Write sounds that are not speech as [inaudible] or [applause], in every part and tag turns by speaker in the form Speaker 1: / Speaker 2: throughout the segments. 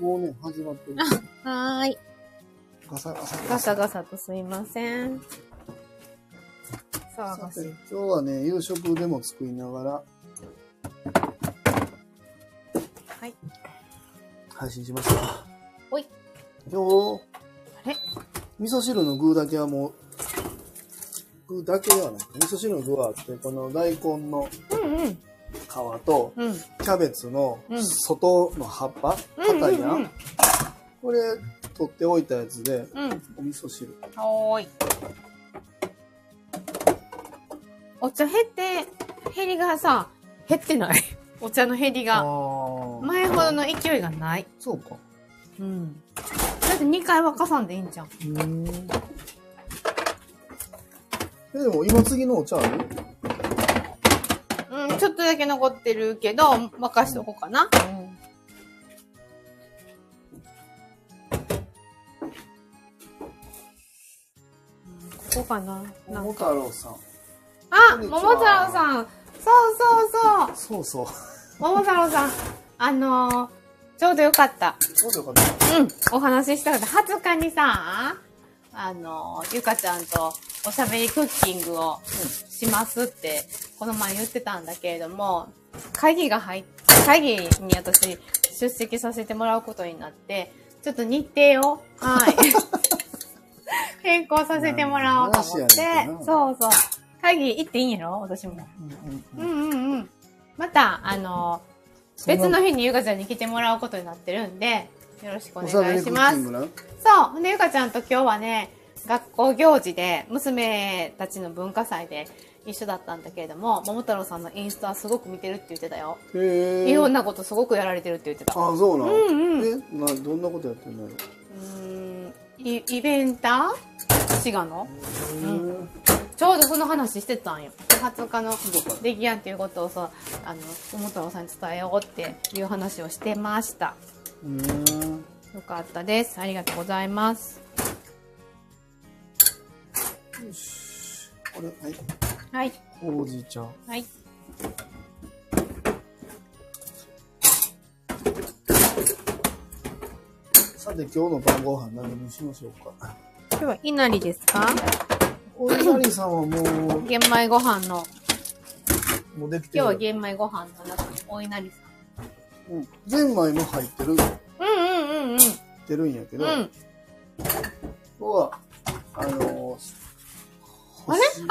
Speaker 1: もうね、始ま
Speaker 2: [laughs]
Speaker 1: ってる。
Speaker 2: はーい。
Speaker 1: ガサガサ
Speaker 2: ガサガサとすいません。
Speaker 1: さ
Speaker 2: 騒が
Speaker 1: て
Speaker 2: しい。
Speaker 1: 今日はね、夕食でも作りながら
Speaker 2: はい。
Speaker 1: 配信しました。
Speaker 2: おい。
Speaker 1: 今日、
Speaker 2: あれ
Speaker 1: 味噌汁の具だけはもう、具だけではない。味噌汁の具はあって、この大根の
Speaker 2: うんうん。
Speaker 1: 皮と、
Speaker 2: うん。
Speaker 1: キャベツの
Speaker 2: うん
Speaker 1: 外の葉っぱ、硬いやん。これ、取っておいたやつで、
Speaker 2: うん。うん。
Speaker 1: お味噌汁。
Speaker 2: はーい。お茶減って、減りがさ、減って [laughs] ない。お茶の減り
Speaker 1: あ
Speaker 2: が。
Speaker 1: ー
Speaker 2: 前ほどの勢いがない。
Speaker 1: そうか。
Speaker 2: うん。だって2回は重んでいいんじゃん。
Speaker 1: うーん。え、でも今次のお茶ある
Speaker 2: うん、ちょっとだけ残ってるけど、任しとこうかな。ここかな。なん
Speaker 1: 桃太郎さん。
Speaker 2: あ、
Speaker 1: こんにち
Speaker 2: 桃
Speaker 1: は
Speaker 2: 太郎さん。そうそうそう。
Speaker 1: そうそう。
Speaker 2: 桃太郎さん。あのー、ちょうどよかった。
Speaker 1: そうだよかった。
Speaker 2: うん。お話ししたかった。20日にさ、あのー、ゆかちゃんとおしゃべりクッキングをしますって、この前言ってたんだけれども、会議が入っ、会議に私出席させてもらうことになって、ちょっと日程を、はい。 [laughs] 変更させてもらおうと思って
Speaker 1: なんか話やねん、な
Speaker 2: そうそう。会議行っていいんやろ私も。
Speaker 1: うんう
Speaker 2: う
Speaker 1: んうん。
Speaker 2: んうんうん。また、あの、別の日にゆかちゃんに来てもらうことになってるんで、よろしくお
Speaker 1: おしゃべ
Speaker 2: 願い
Speaker 1: り
Speaker 2: し
Speaker 1: ク
Speaker 2: ま
Speaker 1: ッキ
Speaker 2: す
Speaker 1: ン。グな。
Speaker 2: そう。ほんで、ゆかちゃんと今日はね、学校行事で、娘たちの文化祭で一緒だったんだけれども、桃太郎さんのインスタすごく見てるって言ってたよ。
Speaker 1: へえ。
Speaker 2: いろんなことすごくやられてるって言ってた。う
Speaker 1: あ、そうな。
Speaker 2: うんうん
Speaker 1: え、な、どんなことやってんだろ
Speaker 2: ーん、イイベンター滋賀の
Speaker 1: う。うん。
Speaker 2: ちょうどその話してたんよ。20日の
Speaker 1: そうか
Speaker 2: 出来やんっていうことをさ、あの、桃太郎さんに伝えようっていう話をしてました。
Speaker 1: うん。
Speaker 2: よかったです。ありがとうございます。
Speaker 1: よし。これ、はい。
Speaker 2: はい。
Speaker 1: ほうじ茶。
Speaker 2: はい。
Speaker 1: さて、今日の晩ご飯何にしましょうか。
Speaker 2: 今日は稲荷ですか
Speaker 1: おいなりさんはもう、
Speaker 2: 玄米ご飯の、
Speaker 1: もうできて
Speaker 2: 今日は
Speaker 1: る。
Speaker 2: 玄米ご飯の中にお稲荷さ
Speaker 1: うん。玄米も入ってる、入っ
Speaker 2: ん。うんうんうんうん。
Speaker 1: てるんやけど、
Speaker 2: うん。
Speaker 1: 今日は、あのー、
Speaker 2: あれ
Speaker 1: あ
Speaker 2: 閉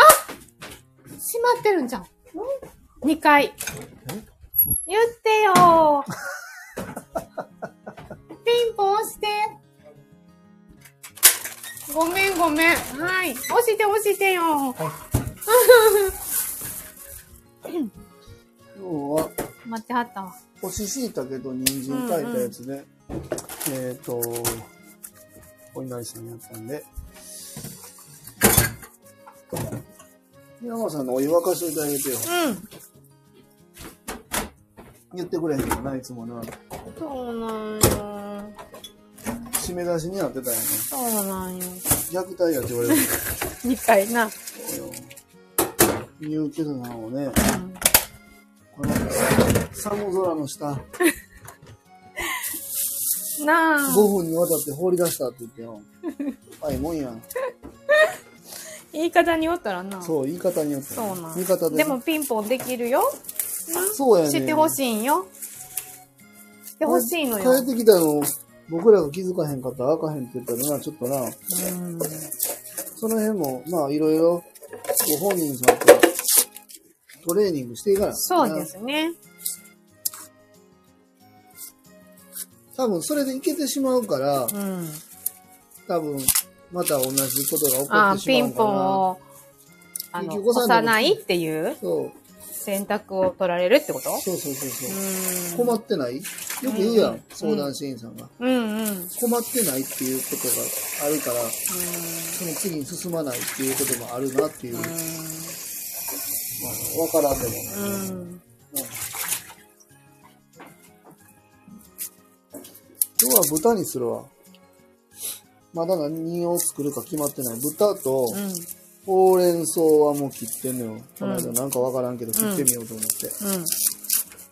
Speaker 2: まってるんじゃん。2回。
Speaker 1: え
Speaker 2: 言って [laughs] よピンポン押して。ごめんごめん。はい。押して押してよ。
Speaker 1: 今日は、
Speaker 2: 待ってはったわ。
Speaker 1: 干し椎茸と人参炊いたやつで、えっ、と、お稲荷さんやったんで、宮川さんのお湯沸かしといてあげてよ。
Speaker 2: うん。
Speaker 1: 言ってくれへんかな、いつもな。
Speaker 2: そうなんよ。
Speaker 1: 締め出しになってたよね。
Speaker 2: そうなんよ。
Speaker 1: 虐待やって言われる。
Speaker 2: 2回な。
Speaker 1: そうよ。言うけどな、をね、
Speaker 2: うん
Speaker 1: この寒空の下、
Speaker 2: なあ。
Speaker 1: 5分にわたって放り出したって言ってよ。あいもんやん。
Speaker 2: 言い方によったらな。
Speaker 1: そう、言い方によってね。
Speaker 2: そうなん
Speaker 1: 味方で。
Speaker 2: でも、ピンポンできるよ。
Speaker 1: そうやね
Speaker 2: 知ってほしいんよ。知ってほしいのよ。
Speaker 1: 帰ってきたの、僕らが気づかへんかったらあかへんって言ったらな、ちょっとな、
Speaker 2: うん。
Speaker 1: その辺も、まあいろいろ、ご本人さんとトレーニングしていかない。
Speaker 2: そうで。すね。
Speaker 1: 多分それでいけてしまうから、
Speaker 2: うん。
Speaker 1: 多分また同じことが
Speaker 2: あ
Speaker 1: 起こっ
Speaker 2: あ、
Speaker 1: て
Speaker 2: ピ
Speaker 1: しまう
Speaker 2: ン
Speaker 1: か
Speaker 2: ポ
Speaker 1: ら。
Speaker 2: ンを、あの、
Speaker 1: 結局
Speaker 2: 押さないっていう
Speaker 1: そう
Speaker 2: 選択を取られるってこと
Speaker 1: そうそうそうそうう。
Speaker 2: ん。
Speaker 1: 困ってないよく言うやん、
Speaker 2: うん
Speaker 1: 相談支援さんが。
Speaker 2: うんうん。うん。
Speaker 1: 困ってないっていうことがあるから、その次に進まないっていうこともあるなっていう、まあ、わからんでもない。
Speaker 2: うん。
Speaker 1: 今日は豚にするわ。まだ何を作るか決まってない。豚と
Speaker 2: うん。
Speaker 1: ほうれん草はもう切ってんのよ。こ
Speaker 2: うん
Speaker 1: の間なんかわからんけど切ってみようと思って。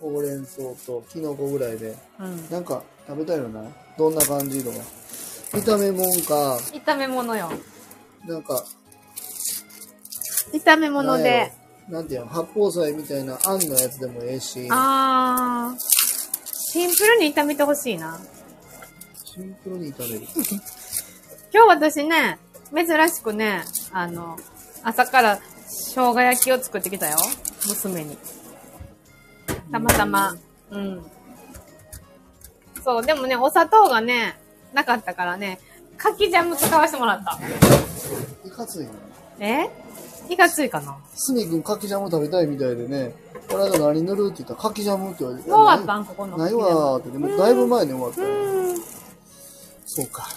Speaker 2: うん。
Speaker 1: ほうれん草ときのこぐらいで
Speaker 2: うん。
Speaker 1: なんか食べたいよなどんな感じとか炒めもんか
Speaker 2: 炒め物よ。
Speaker 1: なんか
Speaker 2: 炒め物
Speaker 1: なんや
Speaker 2: で。
Speaker 1: ろなんていうの八宝菜みたいなあんのやつでもええし
Speaker 2: あー。シンプルに炒めてほしいな。
Speaker 1: シンプルに炒める
Speaker 2: 今日私ね、珍しくね、あの、朝から生姜焼きを作ってきたよ。娘に。たまたま。うん。そう、でもね、お砂糖がね、なかったからね、柿ジャム使わせてもらった。
Speaker 1: いかついな
Speaker 2: え気がついかな
Speaker 1: すみくんかきジャム食べたいみたいでねこの間何塗るって言ったらかきジャムって言われて
Speaker 2: もう終わったんここの。
Speaker 1: ないわーってでもだいぶ前に終わったね
Speaker 2: うん。
Speaker 1: そうか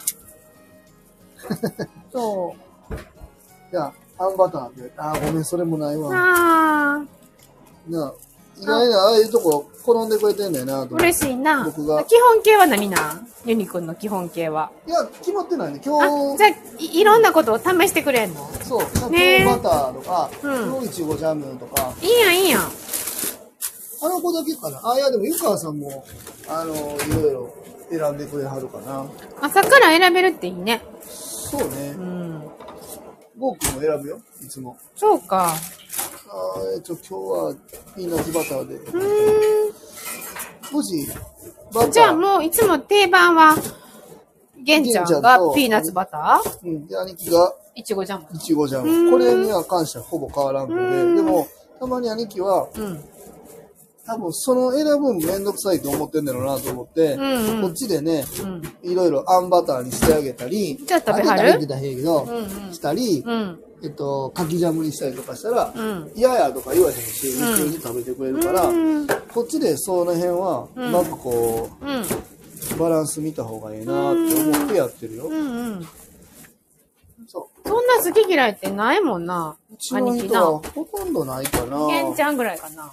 Speaker 2: そ。
Speaker 1: じゃああんバターであーごめんそれもないうわ
Speaker 2: あ
Speaker 1: なあ意外なああいうとこ転んでくれてんだよな
Speaker 2: あ、
Speaker 1: と思って
Speaker 2: 嬉しいな。基
Speaker 1: 僕が
Speaker 2: 本形は何なんユニくんの基本形は。
Speaker 1: いや決まってないね
Speaker 2: あ
Speaker 1: 今、
Speaker 2: じゃ
Speaker 1: 日
Speaker 2: あい、いろんなことを試してくれんの
Speaker 1: そう砂
Speaker 2: ねえ
Speaker 1: 糖バターとか
Speaker 2: うん
Speaker 1: 黒いちごジャムとか
Speaker 2: いいやん、いいやん。
Speaker 1: あの子だけかなあいやでも湯川さんもあのいろいろ選んでくれはるかな
Speaker 2: 朝から選べるっていいね。
Speaker 1: そうね
Speaker 2: うん。
Speaker 1: ゴーくんも選ぶよいつも
Speaker 2: そうか。
Speaker 1: あーえっと今日はピーナッツバターで
Speaker 2: うー
Speaker 1: 富士バター
Speaker 2: ん。じゃあもういつも定番は、玄ちゃん
Speaker 1: 玄ちゃ
Speaker 2: が
Speaker 1: んと
Speaker 2: ピーナッツバター
Speaker 1: うん、で兄貴が
Speaker 2: いちごジャム。
Speaker 1: いちごジャ
Speaker 2: う
Speaker 1: ム
Speaker 2: ん
Speaker 1: これには感謝ほぼ変わらんの
Speaker 2: う
Speaker 1: で
Speaker 2: ん
Speaker 1: でもたまに兄貴は
Speaker 2: うん。
Speaker 1: 多分その選ぶんめんどくさいと思ってんだろうなと思って、
Speaker 2: うんうん
Speaker 1: こっちでね、
Speaker 2: うん。
Speaker 1: いろいろあんバターにしてあげたり、
Speaker 2: じゃあ食べはる
Speaker 1: あげたりって言ったら
Speaker 2: う
Speaker 1: 変やけど、
Speaker 2: んうん
Speaker 1: したり、
Speaker 2: うん。
Speaker 1: えっと、かきジャムにしたりとかしたら、
Speaker 2: うん。
Speaker 1: 嫌やとか言わへんし、
Speaker 2: うん
Speaker 1: 普通に食べてくれるから、
Speaker 2: うん。
Speaker 1: こっちでその辺は、
Speaker 2: うん
Speaker 1: うまくこ
Speaker 2: うん。
Speaker 1: う、バランス見た方がいいなって思ってやってるよ。
Speaker 2: うんうん。
Speaker 1: そ
Speaker 2: そんな好き嫌いってないもんな。
Speaker 1: う。うちの人はほとんどないかな。
Speaker 2: 玄ちゃんぐらいかな。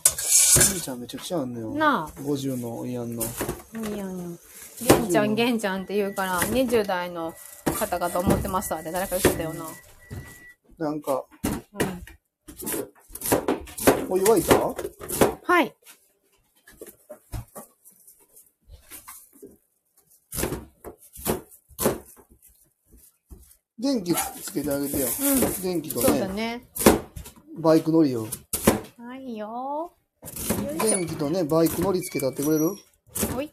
Speaker 1: 兄ちゃんめちゃくちゃあんのよ。
Speaker 2: な
Speaker 1: 50のイアンの。
Speaker 2: いやいや。玄ちゃん、玄ちゃんって言うから、20代の方かと思ってましたって誰か言ってたよな。
Speaker 1: なんか、
Speaker 2: うん。
Speaker 1: お湯沸いた
Speaker 2: はい。
Speaker 1: 電気つけてあげてよ。
Speaker 2: うん。
Speaker 1: 電気と
Speaker 2: そうだ
Speaker 1: ね
Speaker 2: ね。
Speaker 1: バイク乗りよ。
Speaker 2: はいよよいし
Speaker 1: 電気とね、バイク乗りつけたってくれる
Speaker 2: ょ。ほい。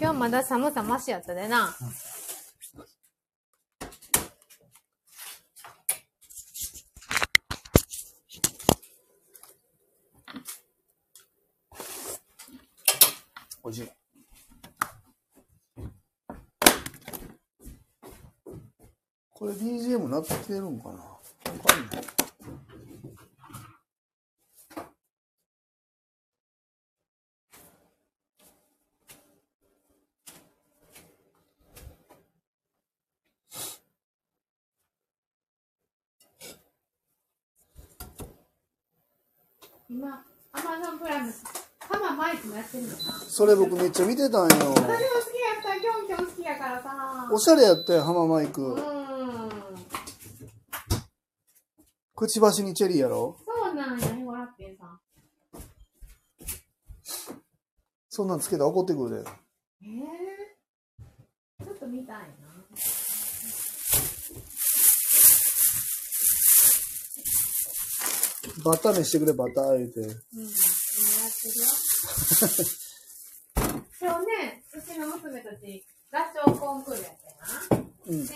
Speaker 2: 今日まだ寒さましやったでな。
Speaker 1: おじい。これ BGM なってるんかなわかんない。
Speaker 2: 今、アマゾンプライム、ハママイクもやってるのな。
Speaker 1: それ僕めっちゃ見てたんよ。
Speaker 2: 私も好きやった、キョンキョン好きやからさ。
Speaker 1: おしゃれやったよ、浜マイ
Speaker 2: う
Speaker 1: ク。
Speaker 2: ん。
Speaker 1: くちばしにチェリーやろ
Speaker 2: そうなんや、ほらってさん。
Speaker 1: そんなんつけたら怒ってくるで。
Speaker 2: えー、ちょっと見たいな。
Speaker 1: バタ飯してくれ、バター言うて。
Speaker 2: うん、今やってるよ。 [laughs] 今日ね、うちの娘たち、合唱コンクールやってな。
Speaker 1: うん
Speaker 2: で、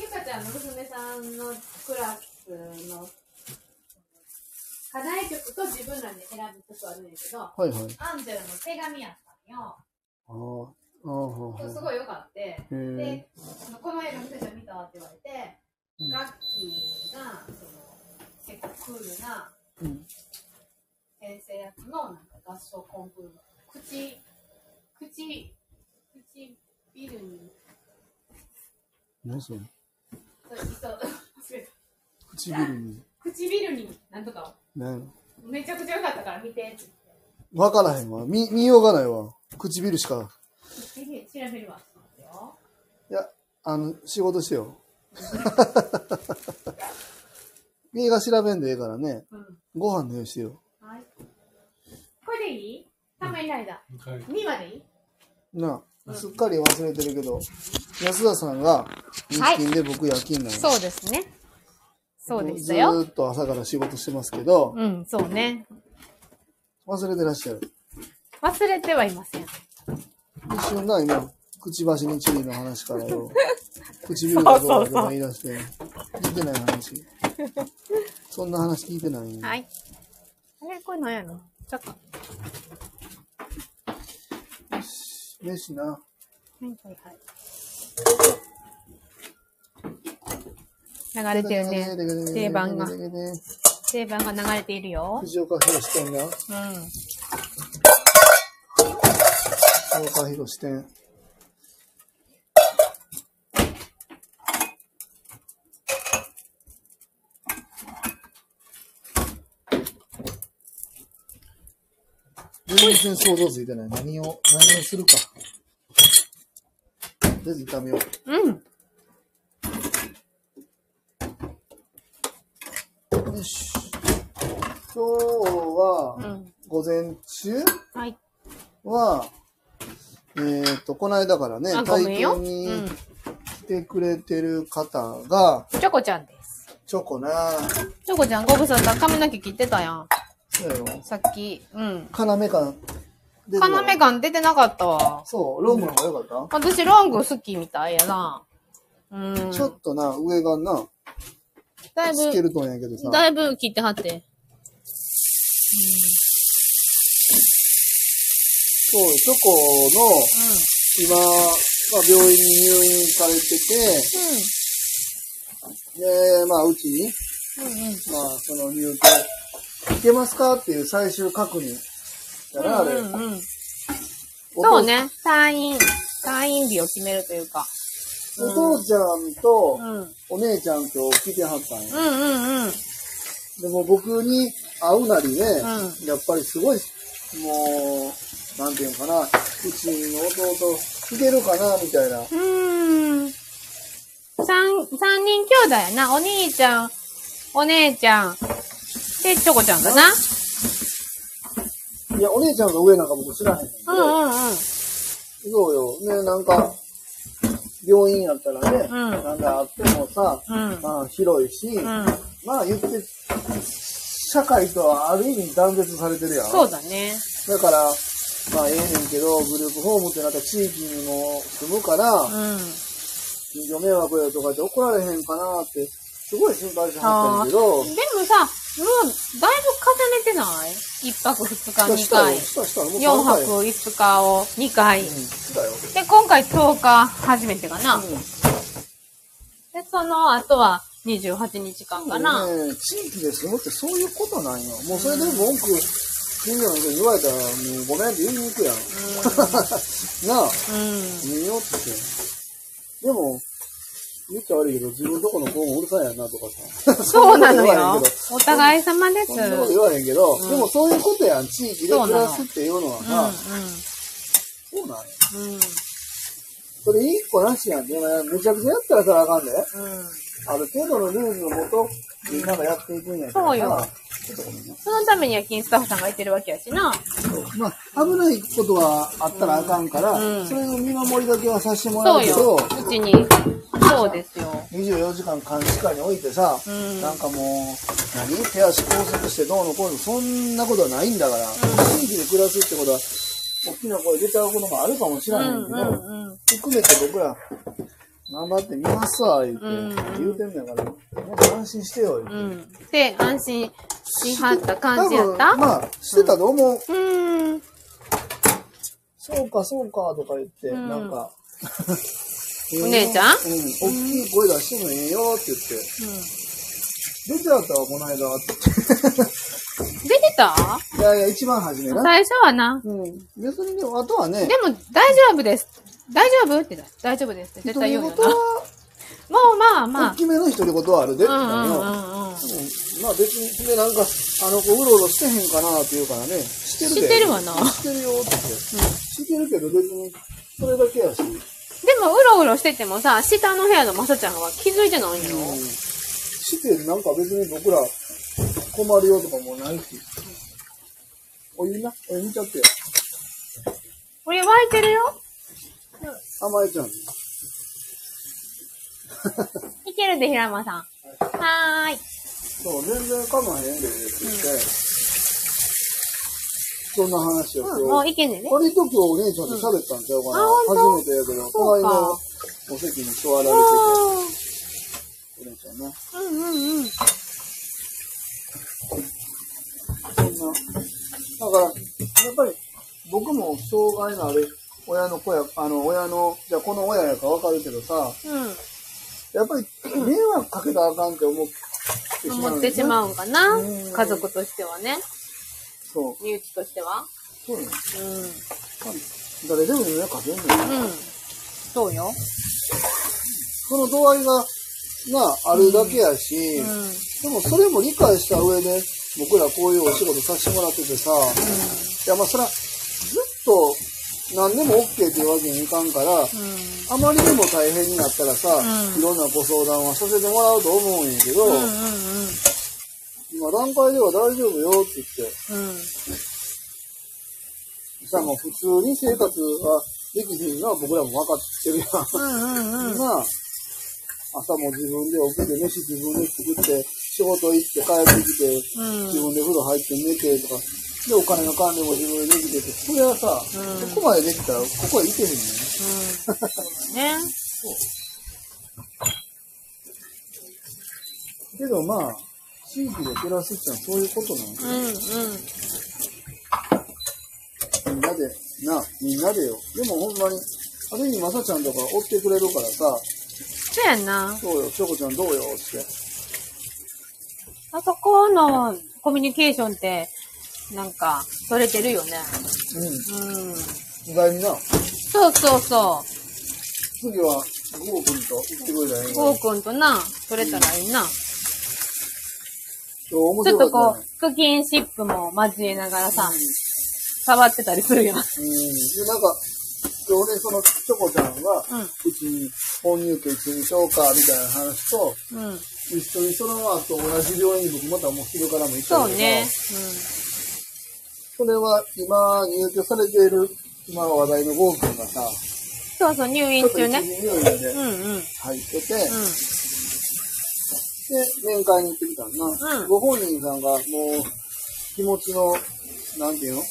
Speaker 2: ゆかちゃんの娘さんのクラスの課題曲と自分らで選ぶ曲あるんやけど、
Speaker 1: はいはい。
Speaker 2: アンジェラの手紙やったんよ。
Speaker 1: あーあー、はー
Speaker 2: す
Speaker 1: は
Speaker 2: ごい良かった。
Speaker 1: ーへ
Speaker 2: で、そのこの映画、ふちゃん見たって言われて、
Speaker 1: うん
Speaker 2: ラッキーが、その、結構クールな、
Speaker 1: え。うん
Speaker 2: 先生役のなんか合唱コンクールの口口口ビルに
Speaker 1: 何それ
Speaker 2: そうそう忘れた
Speaker 1: 唇に。
Speaker 2: 唇になんとか
Speaker 1: ね。
Speaker 2: めちゃくちゃ良かったから見てって
Speaker 1: わからへんわ。見、見ようがないわ。唇しか。
Speaker 2: 言って調べるわちょっと待ってよ
Speaker 1: いや、あの、仕事
Speaker 2: [laughs]
Speaker 1: してよ。映画調べんでええからね。
Speaker 2: うん
Speaker 1: ご飯の用意してよ。
Speaker 2: はい。これでいいたまにないだ。
Speaker 3: はい。
Speaker 2: 2までいい
Speaker 1: なあ、すっかり忘れてるけど、安田さんが日勤で僕夜勤なんや
Speaker 2: そうですね。そうでし
Speaker 1: ず
Speaker 2: たよ。
Speaker 1: ーっと朝から仕事してますけど、
Speaker 2: うん、そうね。
Speaker 1: 忘れてらっしゃる。
Speaker 2: 忘れてはいません。
Speaker 1: 一瞬な、今、くちばしにチリの話から
Speaker 2: [laughs]
Speaker 1: よ。唇がどうだとか言い出して、聞いてない話。そんな話聞いてないんや
Speaker 2: はい。あれこれなんやのちょっと。は
Speaker 1: 飯な。
Speaker 2: いはいはい。流れてるね。定番が。定番が流れているよ。
Speaker 1: 藤岡弘支店が
Speaker 2: うん。
Speaker 1: 藤岡弘支店。全然想像ついてない。何を、何をするか。とりあえず炒めよう。
Speaker 2: うん。
Speaker 1: よし。今日は、
Speaker 2: うん。
Speaker 1: 午前中
Speaker 2: はい。
Speaker 1: は、えっ、と、この間からね、
Speaker 2: あ、ごめん
Speaker 1: 体
Speaker 2: よ。
Speaker 1: 験
Speaker 2: うん。
Speaker 1: に来てくれてる方が、
Speaker 2: チョコちゃんです。
Speaker 1: チョコな
Speaker 2: チョコちゃん、ご無沙汰。髪の毛切ってたやん。
Speaker 1: そうやろ。
Speaker 2: さっき。うん。
Speaker 1: 要感出てる
Speaker 2: 要感出てなかったわ。
Speaker 1: そう、ロングの方が良かっ
Speaker 2: 私、ロング好きみたいやな。うん。
Speaker 1: た、ちょっとな、上がな、
Speaker 2: だい
Speaker 1: スケ
Speaker 2: ぶ、
Speaker 1: ルトンやけどさ。
Speaker 2: だいぶ切ってはって。
Speaker 1: そう、チョコの、今、まあ、病院に入院されて
Speaker 2: う
Speaker 1: て、で、まあ、うちに、
Speaker 2: ん。うん。うんうん。
Speaker 1: まあ、その入居、いけますかっていう最終確認。だから、あれ、
Speaker 2: うんうんうん、
Speaker 1: お父
Speaker 2: そう。ね。退院、退院日を決めるというか。
Speaker 1: お父ちゃんと
Speaker 2: うん。うん
Speaker 1: お姉ちゃんと来てはったん
Speaker 2: う
Speaker 1: や。
Speaker 2: んうん。
Speaker 1: でも僕に会うなりね、
Speaker 2: う
Speaker 1: やっぱりすごい、もう、なんていうのかな、うちの弟、いけるかな、みたいな。
Speaker 2: うーん。三、三人兄弟やな。お兄ちゃん、お姉ちゃん、で、チョコちゃんかな。
Speaker 1: いや、お姉ちゃんが上なんか僕知らへんねんけ
Speaker 2: う
Speaker 1: ど。
Speaker 2: んうんうん。
Speaker 1: そうよ。ね、なんか、病院やったらね、
Speaker 2: うん
Speaker 1: なんかあってもさ、
Speaker 2: うん。
Speaker 1: まあ広いし、
Speaker 2: うん。
Speaker 1: まあ言って、社会とはある意味断絶されてるやん。
Speaker 2: そうだね。
Speaker 1: だから、まあええねんけど、グループホームってなったら地域にも住むから、
Speaker 2: うん。
Speaker 1: 近所迷惑やとかって怒られへんかなって、すごい心配してはったんやけ
Speaker 2: で
Speaker 1: ど
Speaker 2: も、さ、もう、だいぶ重ねてない一泊二日二
Speaker 1: したよ、
Speaker 2: 回。
Speaker 1: したした、もう
Speaker 2: 四
Speaker 1: 三回よ
Speaker 2: 泊五日を二回。
Speaker 1: うん、したよ。
Speaker 2: で、今回10日初めてかな。で、その後は28日間かな。
Speaker 1: うんね、地域で住むってそういうことなんよ。もうそれで文句、近所の人に言われたら、もうごめんって言いに行くやん。なあ、
Speaker 2: う
Speaker 1: 見ようって。でも、言っちゃ悪いけど、自分とこの子もうるさいやんなとかさ。
Speaker 2: ん。 [laughs] そうなの
Speaker 1: んな
Speaker 2: よ
Speaker 1: こと。
Speaker 2: お互い様です。う
Speaker 1: 言わへんけど。そんなこと言わへんけど、
Speaker 2: んうん
Speaker 1: でもそういうことやん。地域で暮らすっていうのはさ、そうなんや。
Speaker 2: うん。うん。
Speaker 1: それいい子なしやん。でもねめちゃくちゃやったらさ、あかんで。
Speaker 2: うん。
Speaker 1: ある程度のルールのもと、みんながやっていくんやから。
Speaker 2: そうよ。そのためには金スタッフさんがいてるわけやしな。
Speaker 1: まあ、危ないことはあったらあかんから、
Speaker 2: うん
Speaker 1: それの見守りだけはさせてもらう
Speaker 2: そう
Speaker 1: け
Speaker 2: よ
Speaker 1: ど、。
Speaker 2: うちに。そうですよ。
Speaker 1: 24時間監視下に置いてさ、
Speaker 2: うん
Speaker 1: なんかもう、何手足拘束してどうのこうの、そんなことはないんだから、地域で暮らすってことは、大きな声出ちゃうこともあるかもし
Speaker 2: う
Speaker 1: れ
Speaker 2: ん
Speaker 1: ないけど、
Speaker 2: うんうん。
Speaker 1: 含めて僕ら、頑張ってみますわ、言って、
Speaker 2: うん
Speaker 1: 言うてんだから、もっと安心してよ、言うて
Speaker 2: うん。で、安心しはった感じやっ
Speaker 1: 多
Speaker 2: た
Speaker 1: 分まあ、してたと思う。
Speaker 2: うん。
Speaker 1: そうか、そうか、とか言って、
Speaker 2: うん
Speaker 1: なんか、
Speaker 2: [laughs] お姉ちゃん
Speaker 1: うん、大きい声出してもええよって言って。出てあったわ、こ
Speaker 2: [laughs]
Speaker 1: の間って。
Speaker 2: 出てた
Speaker 1: いやいや、一番初めな。
Speaker 2: 最初はな。
Speaker 1: うん。別にね、あとはね
Speaker 2: で、も、大丈夫です。大丈夫って言ったら大丈夫ですって絶
Speaker 1: 独
Speaker 2: 対
Speaker 1: り
Speaker 2: 言
Speaker 1: 言
Speaker 2: うよな。
Speaker 1: は、
Speaker 2: もうまあま
Speaker 1: 大きめの独り言はあるでって言ったの
Speaker 2: あ。うんう
Speaker 1: よ。
Speaker 2: ん
Speaker 1: うん
Speaker 2: うんうん。
Speaker 1: まあ別に、ね、なんか、あの子うろうろしてへんかなって言うからね、してるで。
Speaker 2: してるわな
Speaker 1: してるよって言って。してるけど別に、それだけやし。
Speaker 2: でも、うろうろしててもさ、下の部屋のまさちゃんは気づいてないよ。
Speaker 1: して、なんか別に僕ら、困るよとかもないし。お湯な、お湯見ちゃってよ。
Speaker 2: これ沸いてるよ。
Speaker 1: 甘えちゃん。
Speaker 2: いけるで、平山さん。はーい。
Speaker 1: そう、全然かまへんで、って言って。そんな話を
Speaker 2: うん、も
Speaker 1: 今
Speaker 2: う
Speaker 1: 日。
Speaker 2: いけんねんね。
Speaker 1: 割と今日お姉ちゃんと喋ったんちゃうかな。
Speaker 2: うんあほんと
Speaker 1: 初めてやけど、
Speaker 2: そう
Speaker 1: 隣
Speaker 2: か
Speaker 1: のお席に座られて
Speaker 2: お
Speaker 1: て、お姉ちゃんな。
Speaker 2: ーうんうんうん。
Speaker 1: そんな。だから、やっぱり、僕も障害のある親の子や、あの、親の、じゃあこの親やかわかるけどさ、
Speaker 2: うん。
Speaker 1: やっぱり迷惑かけたらあかんって思ってしまう、
Speaker 2: 思ってしま
Speaker 1: う。
Speaker 2: うんかな、
Speaker 1: うん
Speaker 2: 家族としてはね。
Speaker 1: そう。
Speaker 2: 身内としては。
Speaker 1: そうね。
Speaker 2: うん。うん。
Speaker 1: 誰でも迷惑かけんねん。
Speaker 2: そうよ。
Speaker 1: その度合いが、な、あるだけやし、
Speaker 2: うん。うん。
Speaker 1: でもそれも理解した上で、僕らこういうお仕事させてもらっててさ、いやまあそら、ずっと何でも OK っていうわけにいかんから、
Speaker 2: う
Speaker 1: あまりにも大変になったらさ、
Speaker 2: うん
Speaker 1: いろんなご相談はさせてもらうと思うんやけど、
Speaker 2: ん。うん。うん。
Speaker 1: 今段階では大丈夫よって言って、
Speaker 2: うん。
Speaker 1: さ、もう普通に生活ができひんのは僕らも分かってるやん。
Speaker 2: うん。うん。うん。
Speaker 1: なあ、朝も自分で起きて、飯自分で作って、仕事行って帰ってきて、
Speaker 2: うん。
Speaker 1: 自分で風呂入って寝てとか、で、お金の管理も自分でできてて、それはさ、
Speaker 2: うん
Speaker 1: ここまでできたら、ここへ行けへんねんね。
Speaker 2: そうだね。
Speaker 1: けどまあ、地域で暮らすってのはそういうことなんだ
Speaker 2: うん。う
Speaker 1: みん
Speaker 2: ん。
Speaker 1: なで、な、みんなでよ。でもほんまに、ある意味まさちゃんとか追ってくれるからさ、
Speaker 2: そうやんな。
Speaker 1: そうよ、ちょこちゃんどうよって。
Speaker 2: あそこのコミュニケーションって、なんか、取れてるよね。
Speaker 1: う
Speaker 2: うん。
Speaker 1: ん、意外にな。
Speaker 2: そうそうそ。
Speaker 1: 次は、ゴー君と行ってくれたらいうい
Speaker 2: ゴ
Speaker 1: の
Speaker 2: ーくんとな、取れたらいいな。
Speaker 1: そう面白
Speaker 2: ちょっ
Speaker 1: かっ
Speaker 2: と
Speaker 1: た
Speaker 2: こ
Speaker 1: ね。
Speaker 2: う、クキンシップも交えながらさ、
Speaker 1: うん
Speaker 2: 触ってたりするよ。
Speaker 1: うん。で、なんか、今日ね、その、チョコちゃんが、
Speaker 2: うん。
Speaker 1: うちに、本入居いつにしようか、みたいな話と、
Speaker 2: うん。
Speaker 1: 一緒にその後同じ病院に僕またもう昼からも行ったん
Speaker 2: そ
Speaker 1: だ
Speaker 2: う
Speaker 1: けど
Speaker 2: ね。
Speaker 1: それは今入居されている、今話題のゴー君がさ、
Speaker 2: うん。そうそう、入
Speaker 1: ちょ
Speaker 2: 院
Speaker 1: っと一
Speaker 2: 中
Speaker 1: 時
Speaker 2: ね。
Speaker 1: 入院で
Speaker 2: うんうん。うん。
Speaker 1: 入ってて、で、面会に行ってきたんな。
Speaker 2: うん
Speaker 1: ご本人さんがもう、気持ちの、なんていうの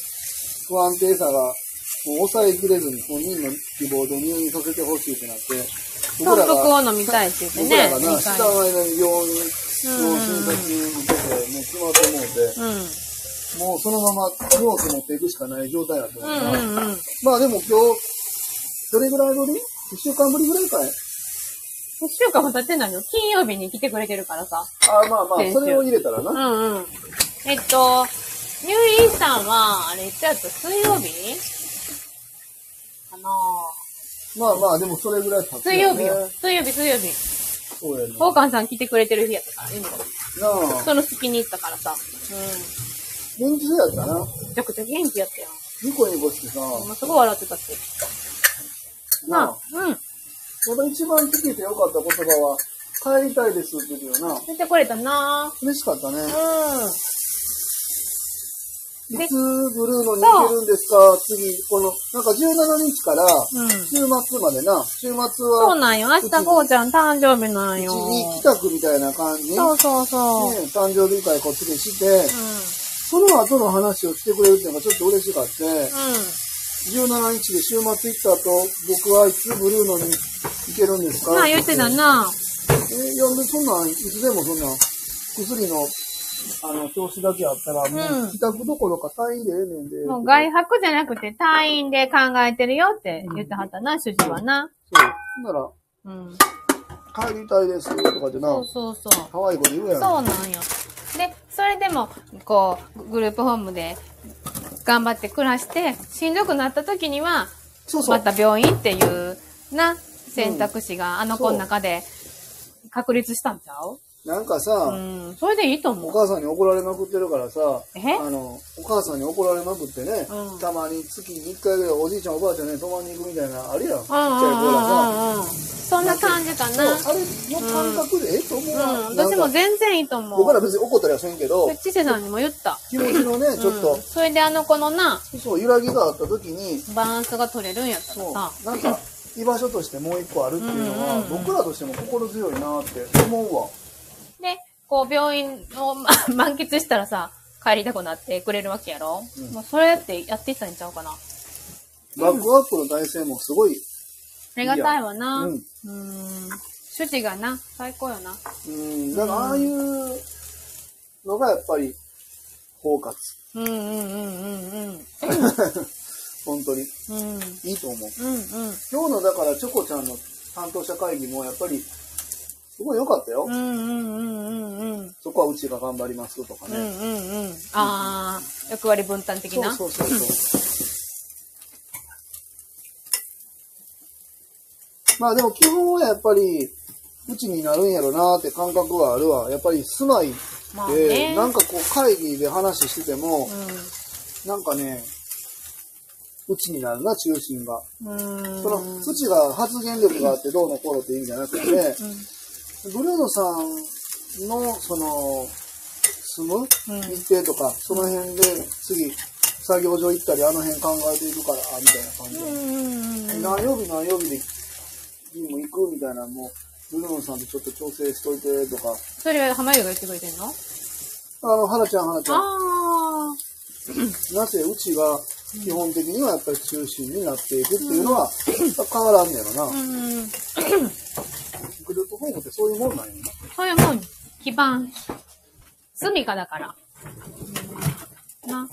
Speaker 1: 不安定さが、もう抑えきれずに本人の希望で入院させてほしいってなって、
Speaker 2: 豚足を飲みたいって言って
Speaker 1: 僕ら
Speaker 2: ね。
Speaker 1: が
Speaker 2: 二
Speaker 1: な、知
Speaker 2: 回
Speaker 1: らない間に病院
Speaker 2: うん
Speaker 1: の診察に受けて、もう決まってもうて、
Speaker 2: うん。うん
Speaker 1: もうそのまま荷物持っていくしかない状態だったから、
Speaker 2: うんうん。
Speaker 1: まあでも今日、どれぐらいぶり一週間ぶりぐらいかい
Speaker 2: 一週間も経ってないの金曜日に来てくれてるからさ。
Speaker 1: あまあまあ
Speaker 2: 先、週
Speaker 1: それを入れたら
Speaker 2: う
Speaker 1: な。
Speaker 2: んうん。えっと、入院したんは、あれ、いつやった水曜日かな
Speaker 1: まあまあ、でもそれぐらい経つ
Speaker 2: 水曜日
Speaker 1: よ
Speaker 2: よ
Speaker 1: ね。。
Speaker 2: 水曜日、水曜日。
Speaker 1: そうやね。
Speaker 2: 宝冠さん来てくれてる日やったから、今。
Speaker 1: なあ、
Speaker 2: その隙に行ったからさ。うん。
Speaker 1: 元気そうやったな。
Speaker 2: めちゃくちゃ元気やったよ。
Speaker 1: ニコニコしてさ、
Speaker 2: もうすごい笑ってたって。
Speaker 1: なあ
Speaker 2: ま、あ、うん。
Speaker 1: その一番聞けてよかった言葉は、帰りたいですって言うよな。
Speaker 2: 出てこれたな
Speaker 1: 嬉しかったね。
Speaker 2: うん。
Speaker 1: い
Speaker 2: で
Speaker 1: つブルーのに行けるんですか次、この、なんか17日から、
Speaker 2: うん。
Speaker 1: 週末までな、週末
Speaker 2: そう
Speaker 1: は、
Speaker 2: なんよ。明日、こうちゃん誕生日なん
Speaker 1: うち
Speaker 2: よ。
Speaker 1: に帰宅みたいな感じ。ね、
Speaker 2: そうそうそう。
Speaker 1: 誕生日会こっちでして、その後の話をしてくれるっていうのがちょっと嬉しかって、
Speaker 2: う
Speaker 1: 17日で週末行った後、僕はいつブルーノに行けるんです
Speaker 2: ん。うん。
Speaker 1: か
Speaker 2: なあ、言ってた。な。
Speaker 1: えいや、でそんなん、いつでもそんなん、薬の、あの、調子だけあったら、も
Speaker 2: う
Speaker 1: うん自宅どころか退院でええねんで。
Speaker 2: もう外泊じゃなくて退院で考えてるよって言ってはったな、主人はな。
Speaker 1: そう。なら、
Speaker 2: うん。
Speaker 1: 帰りたいですとかって
Speaker 2: そ
Speaker 1: な
Speaker 2: う、そうそう。
Speaker 1: 可愛いこと言うやん。
Speaker 2: そうなんよ。で、それでも、こう、グループホームで頑張って暮らして、しんどくなった時には、
Speaker 1: そうそう。
Speaker 2: また病院っていう、な、選択肢があの子の中で確立したんちゃう
Speaker 1: なんか
Speaker 2: う
Speaker 1: さ、
Speaker 2: ん、それでいいと
Speaker 1: お
Speaker 2: 思う。
Speaker 1: 母さんに怒られまくってるからさ、
Speaker 2: え
Speaker 1: あの、お母さんに怒られまくってね、
Speaker 2: うん
Speaker 1: たまに月に1回ぐらいおじいちゃんおばあちゃんね、泊まりに行くみたいな、あれやん。ちっち
Speaker 2: う
Speaker 1: ゃい
Speaker 2: んうん
Speaker 1: 子らさ。
Speaker 2: うんうん。そんな感じかな。
Speaker 1: そうあれの感覚でええと思うな。
Speaker 2: うん、
Speaker 1: なん
Speaker 2: 私
Speaker 1: か
Speaker 2: も全然いいと思
Speaker 1: 僕ら
Speaker 2: う。
Speaker 1: 別に怒ったりはせんけど
Speaker 2: それ、ちせさんにも言った。
Speaker 1: 気持ちのね、ちょっと
Speaker 2: うん、それであの子のな、
Speaker 1: そう、揺らぎがあった時に、
Speaker 2: バランスが取れるんやったら
Speaker 1: そう
Speaker 2: さ。
Speaker 1: なんか居場所としてもう一個あるっていうのは、
Speaker 2: うんうんうん
Speaker 1: 僕らとしても心強いなって思うわ
Speaker 2: で、こう病院をま [laughs] 満喫したらさ、帰りたくなってくれるわけやろ、
Speaker 1: うん
Speaker 2: もうそれやってやっていったんちゃうかな。あ
Speaker 1: バックアップの体制もすごい
Speaker 2: りがたいわな。
Speaker 1: う
Speaker 2: うんーん。主治がな、最高よな。
Speaker 1: うんだからああいうのがやっぱり包括
Speaker 2: うんうんうんうんうん。
Speaker 1: 本当に
Speaker 2: うん。
Speaker 1: いいと思う
Speaker 2: うんうん。
Speaker 1: 今日のだからチョコちゃんの担当者会議もやっぱりすごい良かったよ、
Speaker 2: うんうんうんうんうん。
Speaker 1: そこはうちが頑張りますとか
Speaker 2: う
Speaker 1: ね、
Speaker 2: んうんうん。ああ、役割分担的
Speaker 1: そう
Speaker 2: な。
Speaker 1: そうそうそうまあでも基本はやっぱりうちになるんやろなって感覚はあるわやっぱり住まいって、
Speaker 2: まあね。
Speaker 1: なんかこう会議で話してても、
Speaker 2: う
Speaker 1: なんかねうちになるな中心が、
Speaker 2: ん。うん。
Speaker 1: そのうちが発言力があってどうのこうのって意味じゃなくて、ブルーノさんのその住む
Speaker 2: うん
Speaker 1: 日程とか、その辺で次作業所行ったりあの辺考えていくからみたいな感じ
Speaker 2: う
Speaker 1: で、
Speaker 2: ん。うん。
Speaker 1: 何曜日何曜日でにも行くみたいなもうブルーノさんとちょっと調整しといてとか
Speaker 2: それは浜優が言ってくれてんの
Speaker 1: あの花ちゃん花ちゃん
Speaker 2: あ
Speaker 1: なぜうちが基本的にはやっぱり中心になっていくっていうのは、変わらんねやろな、
Speaker 2: あ。うん。
Speaker 1: グループホームってそういうもんなんやな
Speaker 2: それも基盤。住みかだから。な。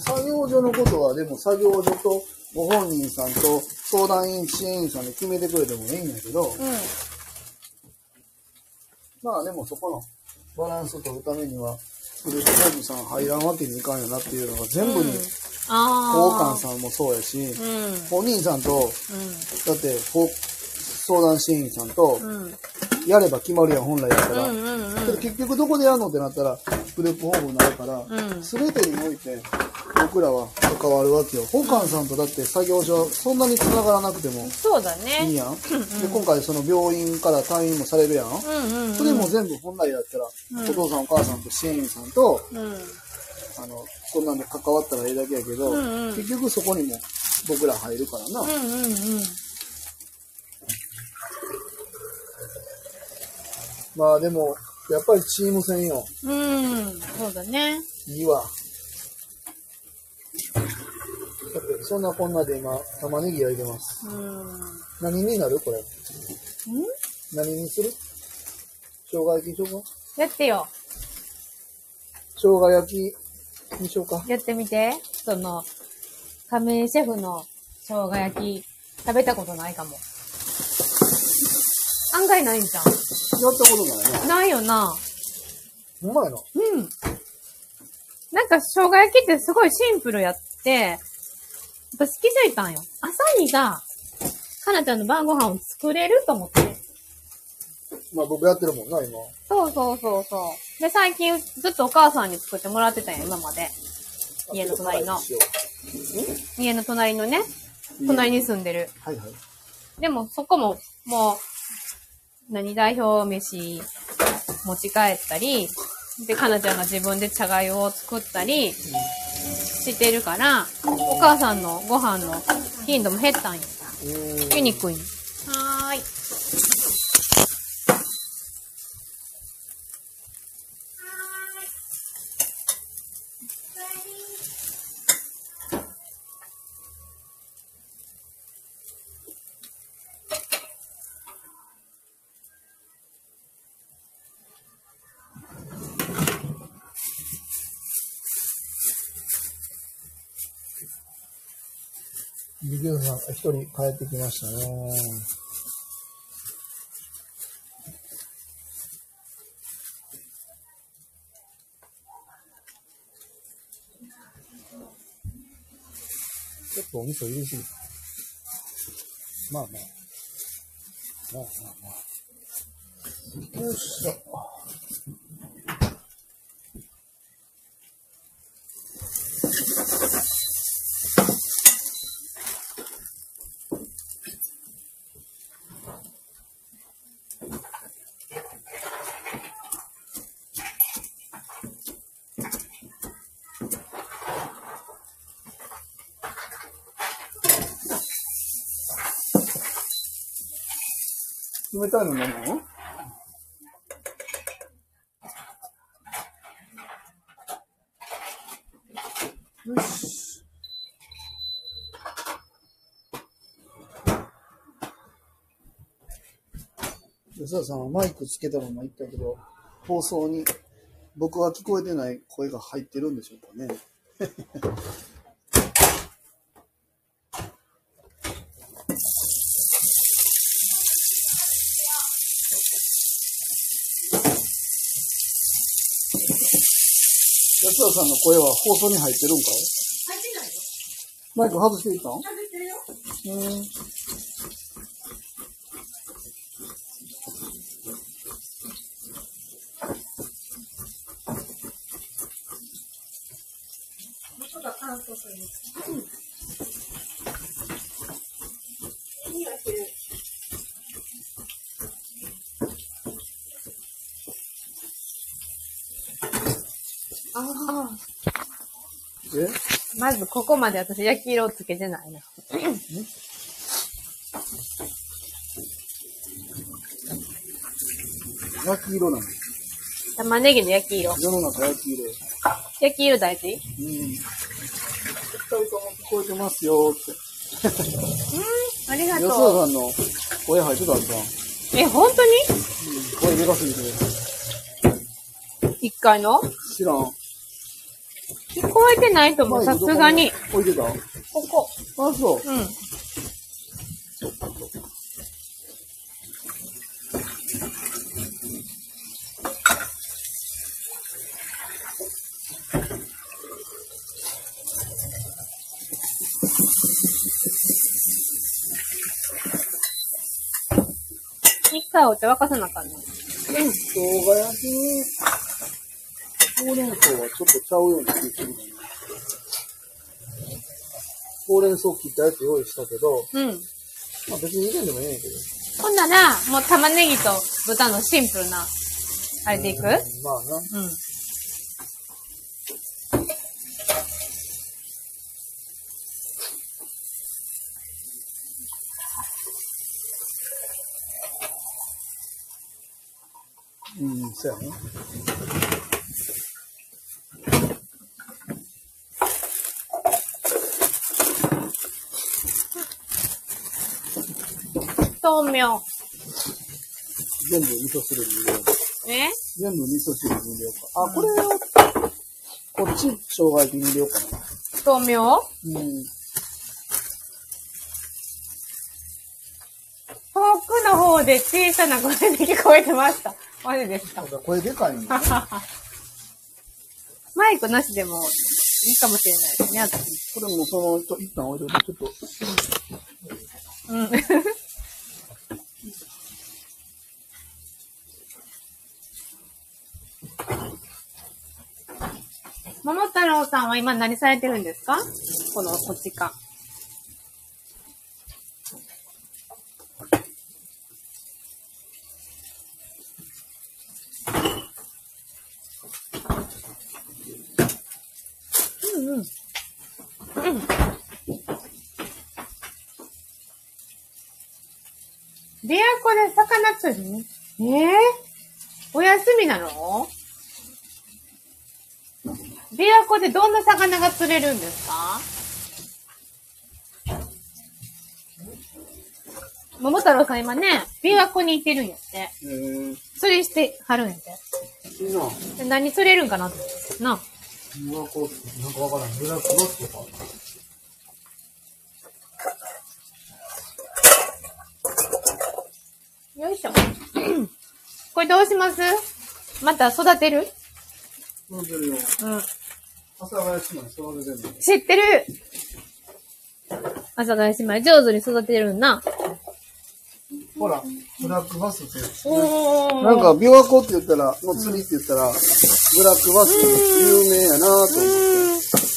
Speaker 1: 作業所のことは、でも作業所とご本人さんと相談員、支援員さんで決めてくれてもいいんだけど、
Speaker 2: うん。
Speaker 1: まあでもそこのバランスを取るためには、グループホームさん入らんわけにいかんよなっていうのが全部に、交
Speaker 2: ああ。
Speaker 1: 換さんもそうやし、
Speaker 2: うん。
Speaker 1: 本人さんと、だって、こう相談支援員さんと、
Speaker 2: うん。うん。
Speaker 1: やれば決まるやん、本来だか
Speaker 2: う
Speaker 1: ら。
Speaker 2: んうん
Speaker 1: けど結局どこでやるのってなったら、グループホームになるから、
Speaker 2: うん。
Speaker 1: 全てにおいて僕らは関わるわけよ。保管さんとだって作業所はそんなに繋がらなくても
Speaker 2: そうだ
Speaker 1: いい
Speaker 2: ね。
Speaker 1: やん。で、今回その病院から退院もされるやん。
Speaker 2: うんうんうん。
Speaker 1: それも全部本来だったら、
Speaker 2: ん
Speaker 1: お父さんお母さんと支援員さんと、
Speaker 2: うん。
Speaker 1: あの、こんなんで関わったらええだけやけど、
Speaker 2: うんうん
Speaker 1: 結局そこにも僕ら入るからな。
Speaker 2: うんうんうん。
Speaker 1: まあでも、やっぱりチーム戦よ。
Speaker 2: うん。そうだね。
Speaker 1: いいわ。さて、そんなこんなで今、玉ねぎ焼いてます。
Speaker 2: うん。
Speaker 1: 何になるこれ。
Speaker 2: ん
Speaker 1: 何にする生姜焼きにしようか
Speaker 2: やってよ。
Speaker 1: 生姜焼きにしようか
Speaker 2: やってみて。その、亀井シェフの生姜焼き、食べたことないかも。案外ないんじゃん。
Speaker 1: やったことないな。
Speaker 2: ないよな。
Speaker 1: うまいな。
Speaker 2: うん。なんか生姜焼きってすごいシンプルやって、私気づいたんよ。朝にが、かなちゃんの晩ご飯を作れると思って。
Speaker 1: まあ僕やってるもんな、今。
Speaker 2: そうそうそうそう。で、最近ずっとお母さんに作ってもらってたんよ、今まで。家の隣の
Speaker 1: あちょっと辛いにしよう
Speaker 2: 家の隣のね、
Speaker 1: うん
Speaker 2: 隣に住んでる。
Speaker 1: はいはい。
Speaker 2: でも、そこも、もう、何代表飯持ち帰ったり、で、かなちゃんが自分で茶粥を作ったりしてるから、お母さんのご飯の頻度も減ったんよ。
Speaker 1: うーん
Speaker 2: ユニくん。はーい。
Speaker 1: ビビューさん、一人帰ってきましたね。ちょっとお味噌入れすぎた。まあまあ。まあまあまあ。よいしょ。冷たいの飲むのよし。吉田さんはマイクつけたまま言ったけど、放送に僕は聞こえてない声が入ってるんでしょうかね。安田さんの声は放送に入ってるんかい
Speaker 2: 入ってないよ。
Speaker 1: マイク外していったんう
Speaker 2: 外してるよ。
Speaker 1: ーん。
Speaker 2: 音が乾燥するんです。ああ。
Speaker 1: え
Speaker 2: まずここまで私焼き色をつけてないな。
Speaker 1: 焼き色なの
Speaker 2: 玉ねぎの焼き色。
Speaker 1: 世の中焼き色。うん。
Speaker 2: 焼き色大事
Speaker 1: 二人とも聞こえてますよって。
Speaker 2: うん。ありが
Speaker 1: 安田
Speaker 2: とう。
Speaker 1: さんの声入ってたんじゃん。うん
Speaker 2: え、本当に
Speaker 1: 声でかすぎて。
Speaker 2: 一回の
Speaker 1: 知らん。
Speaker 2: 聞こえてないと思う。さすがに。。
Speaker 1: 置いてたあ、
Speaker 2: ここ。
Speaker 1: そう。
Speaker 2: うん。一回お茶沸かさなあかんね。
Speaker 1: 生姜焼きに、ほうれん草はちょっとちゃうような気がするなほうれん草切ったやつ用意したけど、
Speaker 2: うん。
Speaker 1: まあ別に入れんでもええねんけど。
Speaker 2: ほんなら、もう玉ねぎと豚のシンプルな、あれでいくうん。
Speaker 1: まあな。うん、そうやな。
Speaker 2: 豆苗。
Speaker 1: 全部味噌汁に入れよう。
Speaker 2: ね
Speaker 1: 全部味噌汁に入れようか。あ、これを、こっち、生姜焼きに入れようかな。
Speaker 2: 豆苗
Speaker 1: うん。
Speaker 2: 遠くの方で小さな声で聞こえてました。マジです [laughs] か。
Speaker 1: これでかいね。
Speaker 2: マイクなしでもいいかもしれないですね、私。
Speaker 1: [laughs] これもその、一旦置いといて、ちょっと。
Speaker 2: うん。桃太郎さんは今何されてるんですかこの、こっちか。琵琶湖で魚釣りええお休みなの琵琶湖でどんな魚が釣れるんですか桃太郎さん今ね、琵琶湖に行ってるんやって。
Speaker 1: えー、
Speaker 2: 釣りしてはるんやって。
Speaker 1: いいな。
Speaker 2: で何釣れるんかなって。な
Speaker 1: 琵琶湖って、なんかわからん。琵琶湖のってか。
Speaker 2: あよいしょ。 [clears throat] これどうしますまた育てる
Speaker 1: 飲んでるよ。
Speaker 2: うん。
Speaker 1: 朝早市内、育ててんの。
Speaker 2: 知ってる阿佐ヶ谷姉妹上手に育てるんな。
Speaker 1: ほら、ブラックバスってやつ。
Speaker 2: おー
Speaker 1: なんか、琵琶湖って言ったら、の釣りって言ったら、ブラックバス有名やなと思って。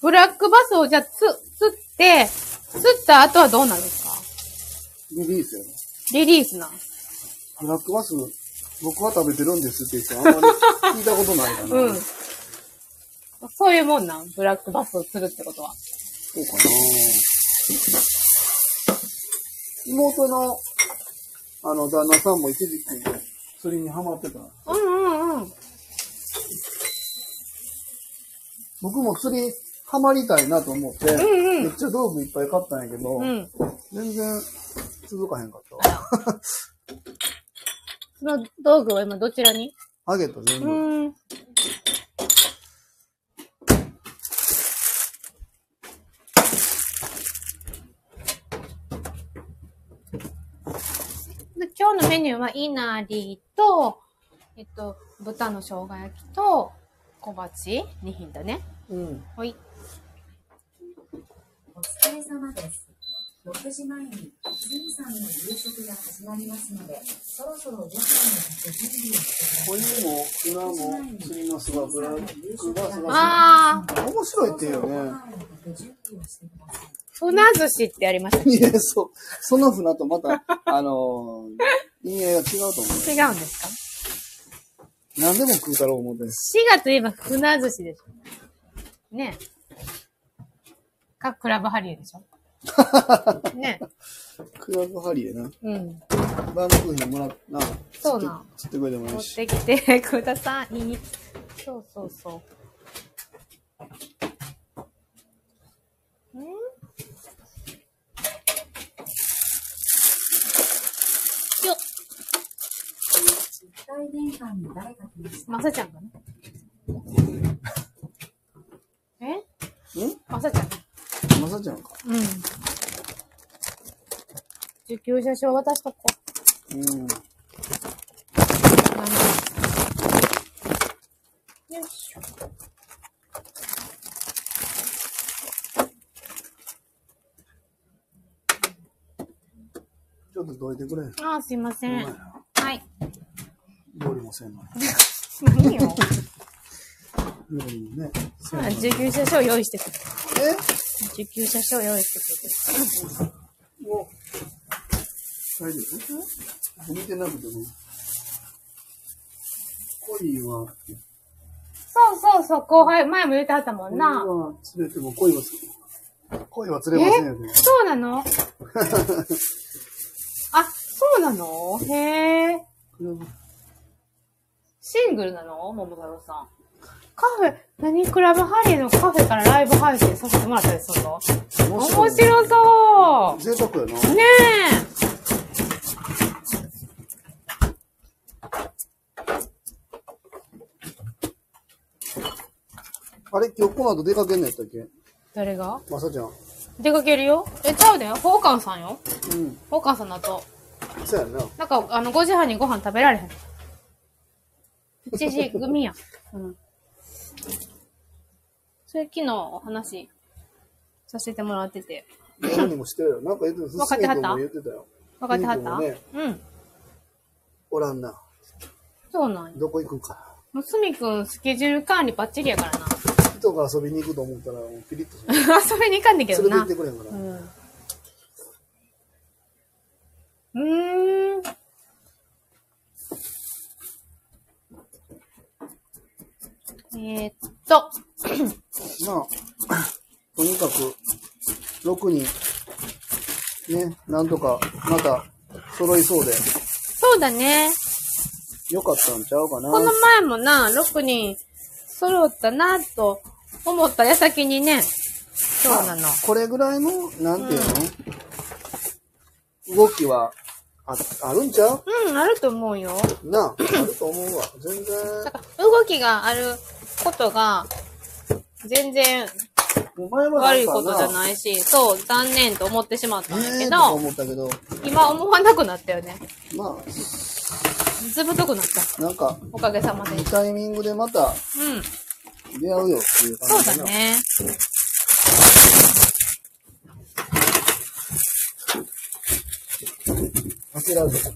Speaker 2: ブラックバスをじゃあつ、釣って、釣った後はどうなるんですか
Speaker 1: リリースやな。
Speaker 2: リリースなん。
Speaker 1: ブラックバス、僕は食べてるんですって言って、あんまり聞いたことないかな。
Speaker 2: うん。そういうもんなんブラックバスをするってことは。
Speaker 1: そうかな妹の、あの、旦那さんも一時期、釣りにハマってた。
Speaker 2: うんうんうん。
Speaker 1: 僕も釣り、ハマりたいなと思って、
Speaker 2: んうん
Speaker 1: めっちゃ道具いっぱい買ったんやけど、
Speaker 2: うん。
Speaker 1: 全然続かへんかっ
Speaker 2: あ
Speaker 1: た。
Speaker 2: ら。その道具は今どちらに
Speaker 1: あげた全
Speaker 2: う
Speaker 1: 部。
Speaker 2: ん。で今日のメニューは、いなりと、えっと、豚の生姜焼きと、小鉢2品だね。
Speaker 1: うん。
Speaker 2: ほい。
Speaker 3: お疲れ様です。6時前に、すみさんの夕食が始まりますので、そろそろご飯のご準備をして
Speaker 1: これにも、裏も、釣りの巣がブラックバスが
Speaker 2: あー、
Speaker 1: 面
Speaker 3: く
Speaker 1: 白い
Speaker 3: だ
Speaker 1: っ
Speaker 3: さ
Speaker 1: て
Speaker 3: い。
Speaker 1: 言う
Speaker 3: ご
Speaker 1: よね。
Speaker 3: 飯のご準備をしてください。
Speaker 2: 船寿司ってありました。
Speaker 1: いや、そう。その船とまた、あのー、陰影が違うと思う。
Speaker 2: 違うんですか
Speaker 1: 何でも食うたろう思って。
Speaker 2: 滋賀といえば船寿司でしょ。ねえ。か、クラブハリエでし [laughs] ょ。ね
Speaker 1: クラブハリエな。
Speaker 2: え。うん。
Speaker 1: バームクーヘンもらっな。
Speaker 2: そうなん
Speaker 1: 釣って釣ってくれてもい
Speaker 2: 持
Speaker 1: い
Speaker 2: っ
Speaker 1: し。
Speaker 2: てきてください。そうそうそう。んよっ、
Speaker 3: 実体玄関に誰か来ました。
Speaker 2: まさちゃんかな。え
Speaker 1: ん
Speaker 2: まさちゃん
Speaker 1: まさちゃんか。
Speaker 2: うん。受給者証渡しとこう。
Speaker 1: うん。
Speaker 2: なんだよいしょ。
Speaker 1: ちょっとどいてくれ。
Speaker 2: ああ、すいません。 [laughs] はい。
Speaker 1: 料理もせんのに。
Speaker 2: 何よ。
Speaker 1: 料理もね。せん
Speaker 2: あ
Speaker 1: のに
Speaker 2: 受給者証用意してくる。
Speaker 1: え
Speaker 2: 受給者証用意してくる。
Speaker 1: もう、大丈夫見てなくても。恋は、
Speaker 2: そうそうそう、後輩、前も言うてはったもん
Speaker 1: 恋
Speaker 2: な。
Speaker 1: は釣れても恋は釣れ、恋は釣れませんよね。
Speaker 2: そうな [laughs] のあ、そうなのへえ。
Speaker 1: クラブ
Speaker 2: シングルなの桃太郎さん。カフェ、何クラブハリーのカフェからライブ配信させてもらったりするの面白
Speaker 1: い
Speaker 2: そ
Speaker 1: 贅沢やな。
Speaker 2: うね
Speaker 1: あれ今日この後出かけんのやったっけ
Speaker 2: え誰が
Speaker 1: まさちゃん。う
Speaker 2: 出かけるよえ、ちゃうだよ。ホーカンさんよ。
Speaker 1: ん。
Speaker 2: ホーカンさんだと。
Speaker 1: そうやんな。
Speaker 2: なんか、あの、5時半にご飯食べられへん。7時
Speaker 1: [laughs]
Speaker 2: 組や。うん。それ昨日お話させてもらってて。
Speaker 1: 何もしてるよ。なんか言ってた。
Speaker 2: 分かってはっ
Speaker 1: スケート
Speaker 2: た
Speaker 1: も言ってたよ。
Speaker 2: 分かってはった、
Speaker 1: いいと
Speaker 2: うん。
Speaker 1: おらんな。
Speaker 2: そうなんよ
Speaker 1: どこ行くんか。
Speaker 2: もうすみくん、スケジュール管理バッチリやからな。 [laughs]
Speaker 1: 人が遊びに行くと思ったら、もうピリッとする。
Speaker 2: 遊びに行かんねんけ
Speaker 1: 連
Speaker 2: ど
Speaker 1: れて行
Speaker 2: な
Speaker 1: って。くれんから。
Speaker 2: うん。うーん。えー、っと、
Speaker 1: まあ、 [coughs] とにかく、6人、ね、なんとか、また、揃いそうで、
Speaker 2: そうだね。
Speaker 1: よかったんちゃうかな。
Speaker 2: この前もな、6人揃ったなと思った矢先にね、そうなの。
Speaker 1: これぐらいの、なんていうの、動きは、あ、あるんちゃう
Speaker 2: うん、あると思うよ。
Speaker 1: なあ、あると思うわ。全然、
Speaker 2: だから動きがあることが、全然
Speaker 1: もう前まで
Speaker 2: 悪いことじゃ
Speaker 1: い
Speaker 2: ないし、そう、残念と思ってしまったんだ
Speaker 1: ええー、
Speaker 2: け
Speaker 1: とか
Speaker 2: ど、
Speaker 1: 思ったけど、
Speaker 2: 今思わなくなったよね。
Speaker 1: ま
Speaker 2: ずぶとくなった。
Speaker 1: あ、なんか、
Speaker 2: おかげさまで。う
Speaker 1: いいタイミングでまた
Speaker 2: ん。
Speaker 1: 出会うよっていう
Speaker 2: そ
Speaker 1: 感
Speaker 2: う
Speaker 1: じかな
Speaker 2: だ。ね。
Speaker 1: 焦らず。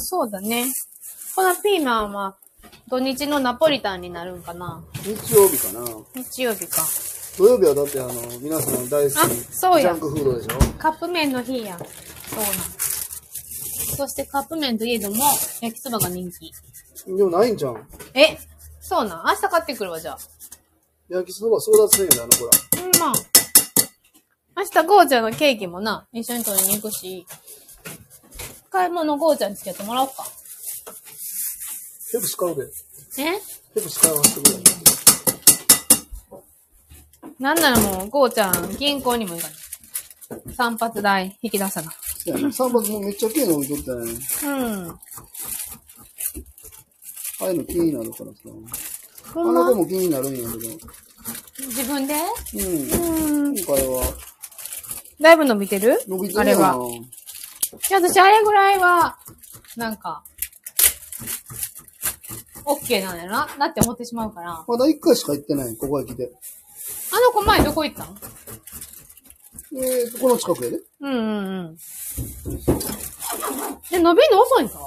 Speaker 2: そうだね。このピーマンは、土日のナポリタンになるんかな
Speaker 1: 日曜日かな。
Speaker 2: 日曜日か。
Speaker 1: 土曜日はだってあの、皆さん大好
Speaker 2: あそう
Speaker 1: き、ジ
Speaker 2: や
Speaker 1: ャンクフードでしょ
Speaker 2: カップ麺の日や。そうなん。そしてカップ麺といえども、焼きそばが人気。
Speaker 1: でもないんじゃん。
Speaker 2: えそうなん。明日買ってくるわ、じゃあ。
Speaker 1: 焼きそば争奪戦やな、あの子ら。
Speaker 2: うん、まあ。明日、ゴーちゃんのケーキもな、一緒に取りに行くし、買い物ゴーちゃんに付き合ってもらおうか。
Speaker 1: ペプス買うで。
Speaker 2: え
Speaker 1: ペプス買わせてくれ。
Speaker 2: なんならもう、ゴーちゃん、銀行にも行かない。散髪代引き出さな。
Speaker 1: いや、散髪もめっちゃ綺麗なの取ったやん。
Speaker 2: うん。
Speaker 1: ああいうの気になるからさ。あ
Speaker 2: ほん
Speaker 1: なた
Speaker 2: ま
Speaker 1: も気になるんやけど。
Speaker 2: 自分で
Speaker 1: うん。
Speaker 2: うん。
Speaker 1: 今回は、
Speaker 2: だいぶ伸びてる
Speaker 1: 伸びて
Speaker 2: あ
Speaker 1: る
Speaker 2: れ
Speaker 1: や
Speaker 2: は
Speaker 1: ん。。
Speaker 2: いや、私、あれぐらいは、なんか、オッケーなんやな、なって思ってしまうから。あ
Speaker 1: まだ一回しか行ってない、ここへ来て。
Speaker 2: の子前どこ行ったん
Speaker 1: えーと、この近くやで。
Speaker 2: うんうんうん。で、伸びるの遅いんか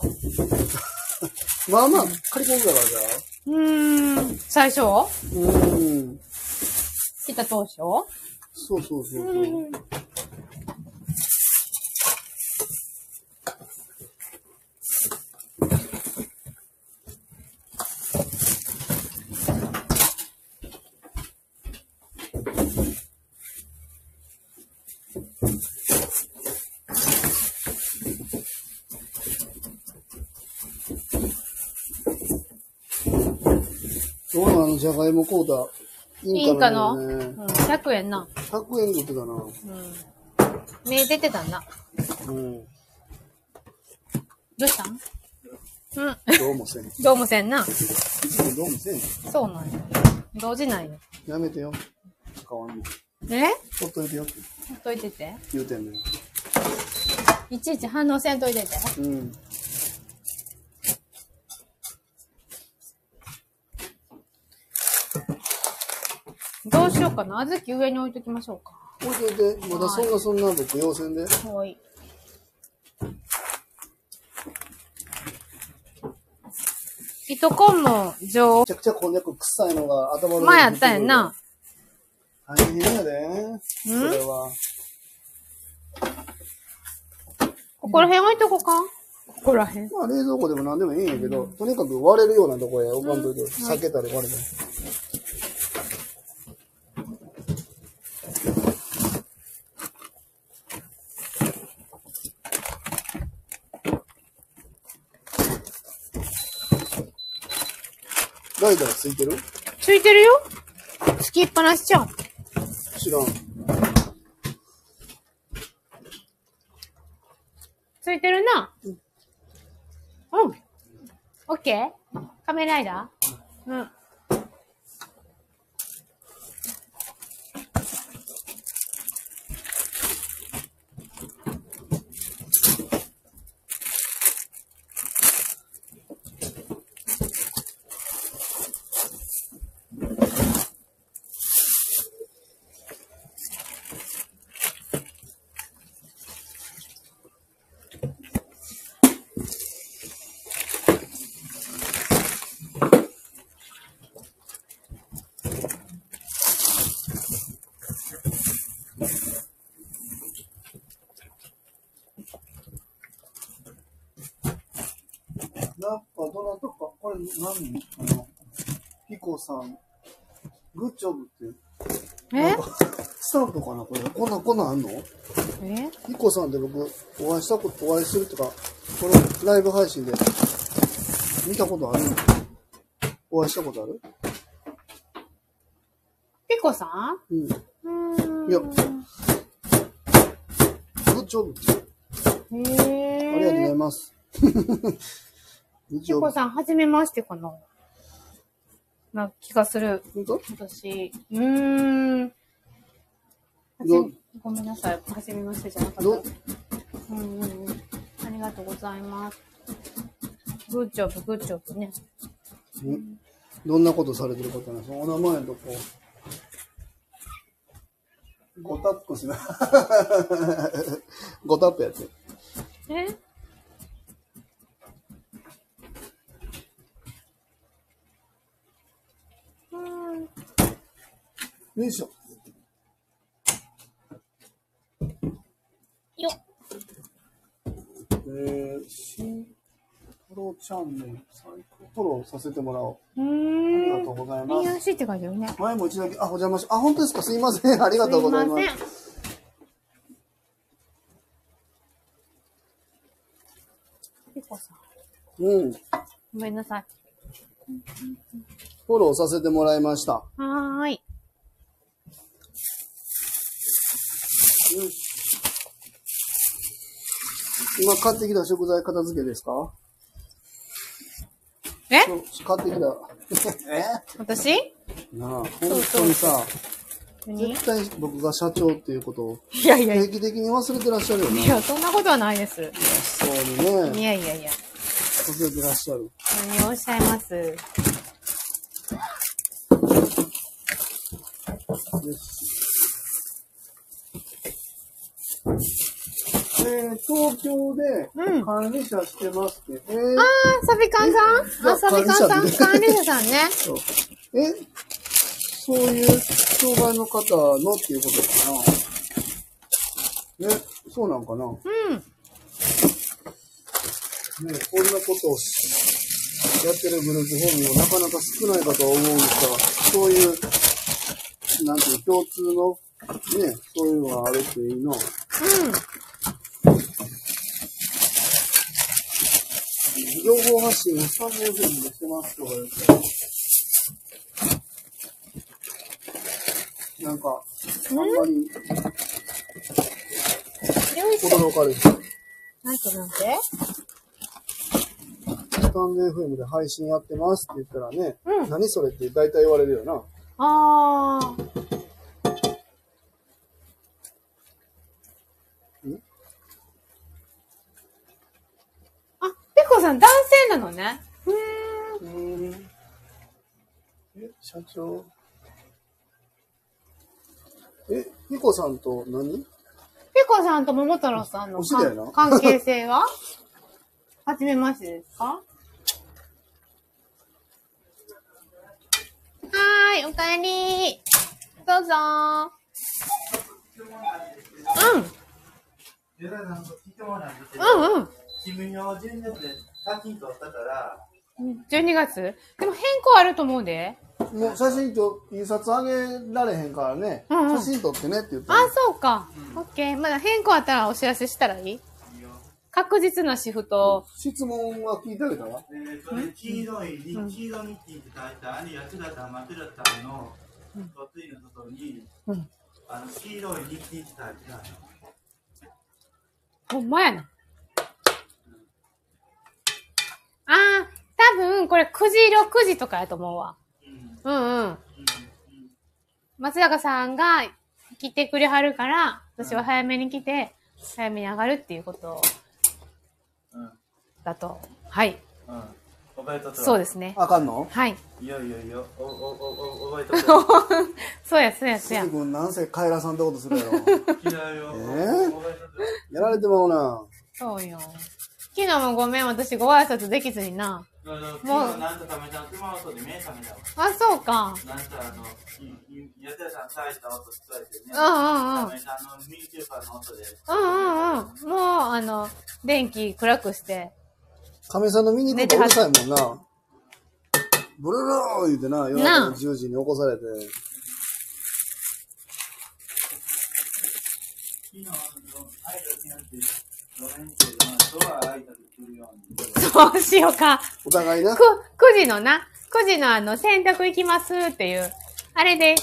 Speaker 1: まあまあ、借り込んだからじゃ
Speaker 2: うーん。最初
Speaker 1: あ。うん。
Speaker 2: 来た当初
Speaker 1: そうそうそうそう。どうなのじゃがいも買うた。
Speaker 2: インカの、
Speaker 1: イ
Speaker 2: う
Speaker 1: ね
Speaker 2: ん、100円な。
Speaker 1: 100円で売ってたな。
Speaker 2: うん。目出てたんな。
Speaker 1: うん。
Speaker 2: どうしたんうん。
Speaker 1: どうもせん。
Speaker 2: どうもせんな。
Speaker 1: どうもせん。
Speaker 2: そうなんや。動じないよ。
Speaker 1: やめてよ。買わんの。
Speaker 2: え
Speaker 1: ほっといてよって
Speaker 2: ほっといてて。
Speaker 1: 言うてんのよ。
Speaker 2: いちいち反応せんといてて。
Speaker 1: うん。
Speaker 2: どうしようかな。あずき上に置いときましょうか。
Speaker 1: ほいといて、まだそんなそんな僕、要請で。
Speaker 2: はい。糸コンも上
Speaker 1: めちゃくちゃこんにゃく臭いのが頭の上に
Speaker 2: 前やったやんな。
Speaker 1: 大変やで。それは。
Speaker 2: ここら辺置いとこうか。ここら辺。
Speaker 1: まあ冷蔵庫でも何でもいいんやけど、とにかく割れるようなとこへ置かんといて、避けたり割れたり。ライダーついてる
Speaker 2: ついてるよ。つきっぱなしちゃう。
Speaker 1: 知らん。
Speaker 2: ついてるな。うん。オッケー仮面ライダーうん。
Speaker 1: やっぱどなたか、これ何あの、ピコさん、グッジョブって、
Speaker 2: え
Speaker 1: スタンプかなこれ。こんなん、こんなんあんの
Speaker 2: え
Speaker 1: ピコさんで僕、お会いしたこと、お会いするとか、このライブ配信で、見たことあるお会いしたことある
Speaker 2: ピコさん
Speaker 1: うん。グ
Speaker 2: うーん。
Speaker 1: いやッジョブって。
Speaker 2: へ
Speaker 1: あ
Speaker 2: え。
Speaker 1: りがとうございます。グッ
Speaker 2: ピ
Speaker 1: ジョブ
Speaker 2: コ。さん、はじめましてかなな気がする。
Speaker 1: 本当
Speaker 2: 私、うーん。はじ
Speaker 1: ど
Speaker 2: ごめんなさい。はじめましてじゃなかった。
Speaker 1: ど
Speaker 2: うんうんうん。ありがとうございます。グッジョブ、グッジョブね。
Speaker 1: んどんなことされてる方なんですかお名前とこう。ごタップすな。ごタップやって。
Speaker 2: えうーん。
Speaker 1: よいしょ。
Speaker 2: よっ。
Speaker 1: えー、シンプロチャンネル最高。フォローさせてもらおう。
Speaker 2: う
Speaker 1: ありが
Speaker 2: ー。
Speaker 1: とうんございます。
Speaker 2: PRC って書いてあるね。
Speaker 1: 前も一度だけ、あ、お邪魔し、あ、本当ですかすいません。あり [laughs] が
Speaker 2: す
Speaker 1: とう
Speaker 2: い
Speaker 1: ござい
Speaker 2: ま
Speaker 1: ます
Speaker 2: せん。。ピコさん、
Speaker 1: うん。フ
Speaker 2: ごめんなさい。
Speaker 1: ォローさせてもらいました。
Speaker 2: はーい。
Speaker 1: うん今買ってきた食材片付けですか
Speaker 2: え
Speaker 1: そう買ってきた。え
Speaker 2: 私
Speaker 1: [laughs] なあ、本当にさ、
Speaker 2: 何い
Speaker 1: 絶対僕が社長っていうことを
Speaker 2: やいやい
Speaker 1: 定期的に忘れてらっしゃるよね。
Speaker 2: や、いやそんなことはないです。
Speaker 1: そうに
Speaker 2: い
Speaker 1: ね、
Speaker 2: やいやいや。
Speaker 1: 忘れてらっしゃる。
Speaker 2: 何をおっしゃいます。
Speaker 1: えー、東京で
Speaker 2: うん
Speaker 1: 管理者してますって。え
Speaker 2: あー、サビカンさん
Speaker 1: え
Speaker 2: あ、サビカンさん、
Speaker 1: 管
Speaker 2: 管理者さんね。
Speaker 1: そうえそういう障害の方のっていうことかなね、そうなんかな
Speaker 2: うん。
Speaker 1: ね、こんなことをしやってるグループホームもなかなか少ないかとは思うんですが、そういう、なんていう、共通の、ね、そういうのがあるっていいな。情報発信をスタンド FM でしてますとか言って。なんか、あんまり
Speaker 2: うん。よいしょ。
Speaker 1: 驚かれて、
Speaker 2: なんてなんて
Speaker 1: スタンド FM で配信やってますって言ったらね、
Speaker 2: うん
Speaker 1: 何それって大体言われるよな。
Speaker 2: あー。あ、ペコさん男性なのね。うーん。
Speaker 1: うーんえ、社長。え、ピコさんと何
Speaker 2: ペコさんと桃太郎さんの
Speaker 1: お知り合いな
Speaker 2: 関関係性は [laughs] 初めましてですかはーい、おかえり。どうぞ
Speaker 4: でなんか聞いてもらうんですけど、
Speaker 2: うん、うん、うん。
Speaker 4: 君の12月で課金取ったから、
Speaker 2: 12月でも変更あると思うで。
Speaker 1: もう写真と印刷あげられへんからね、
Speaker 2: うんうん
Speaker 1: 写真撮ってねって言ったの
Speaker 2: あ、そうか。オッケー。まだ変更あったらお知らせしたらいい確実なシフト。
Speaker 1: 質問は聞いてあげたら
Speaker 4: えー、それ黄色いリ、黄色ミッキーって書いたあれやつらたまてらたんの、とついの外に、
Speaker 2: うん
Speaker 4: あの黄色いリッキーって書いてある
Speaker 2: ほんまやな。あー、多分これ9時6時とかやと思うわ。
Speaker 4: うんうん
Speaker 2: うんうん。松坂さんが来てくれはるから、私は早めに来て、早めに上がるっていうこと
Speaker 4: うん
Speaker 2: だと。はい。
Speaker 4: うんうん覚えとったわ
Speaker 2: そうですね。
Speaker 1: あかんの
Speaker 2: はい。
Speaker 4: いやいやいやおおお
Speaker 2: [laughs]
Speaker 4: お覚えとったわ
Speaker 2: そうや、そうや、そう
Speaker 1: 鈴
Speaker 2: や
Speaker 1: 木。君なんせカエラさんってことするやろ [laughs]
Speaker 4: 嫌い
Speaker 1: え
Speaker 4: よ、
Speaker 1: ー
Speaker 4: 覚えとったわ
Speaker 1: やられてまうな
Speaker 2: そうよ。昨日もごめん、私ご挨拶できずにな。
Speaker 4: あの昨日なんとかめちゃくちゃ音で目覚めたわ
Speaker 2: あ、そうか。
Speaker 4: なんかあの、いいやつやさんされた音聞こえてね。
Speaker 2: うんうんうん
Speaker 4: ダメだあの、ミーテーパーの音で。
Speaker 2: うんうんうん。もう、あの、電気暗くして。
Speaker 1: 亀さんの見に行くとうるさいもんなブルルーン言うてな夜中の10時に起こされて
Speaker 4: 昨日、アイドルになって、ロレンチェのドアアイドル来るように。
Speaker 2: そうしようか。
Speaker 1: お互いな
Speaker 2: く、9時のな、9時のあの、洗濯行きますっていう、あれで、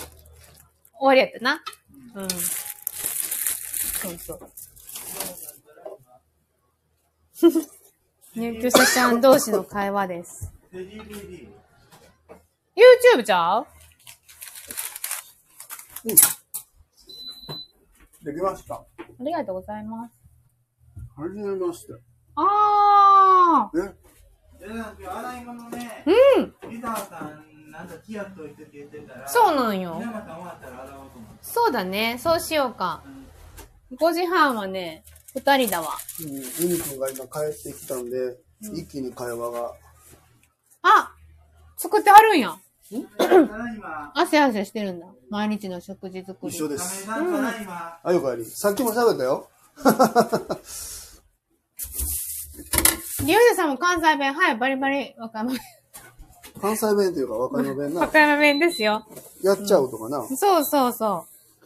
Speaker 2: 終わりやったな。うん。そう [laughs] そう。入居者ちゃん同士の会話です。
Speaker 4: で、DVD。
Speaker 2: YouTube ちゃう
Speaker 1: できましたは
Speaker 2: ありがとうございます。
Speaker 1: じめまして
Speaker 2: あ
Speaker 1: え
Speaker 4: で、なんか、洗い物ね、
Speaker 2: ーうん
Speaker 4: リザーさん、なんか、キヤっといてって言ってたら、
Speaker 2: そう
Speaker 4: う。
Speaker 2: なんよ
Speaker 4: 稲。葉さん終わったら洗おうと思って。
Speaker 2: そうだね。そうしようか。5時半はね、2人だわ。
Speaker 1: うんユニ君が今帰ってきたんで一気に会話が
Speaker 2: あ作ってはるんや。
Speaker 4: うん。ただいま、
Speaker 2: 汗汗してるんだ。毎日の食事作り。
Speaker 1: 一緒で
Speaker 4: 亀
Speaker 1: す
Speaker 4: さん、ただいま、
Speaker 1: あよかりさっきも喋ったよ
Speaker 2: リュウジさんも関西弁、はい、バリバリ、わかんない。
Speaker 1: 関西弁というか和歌山弁
Speaker 2: 和
Speaker 1: な。
Speaker 2: 歌山弁ですよ。
Speaker 1: やっちゃうとかな。
Speaker 2: そうそうそう。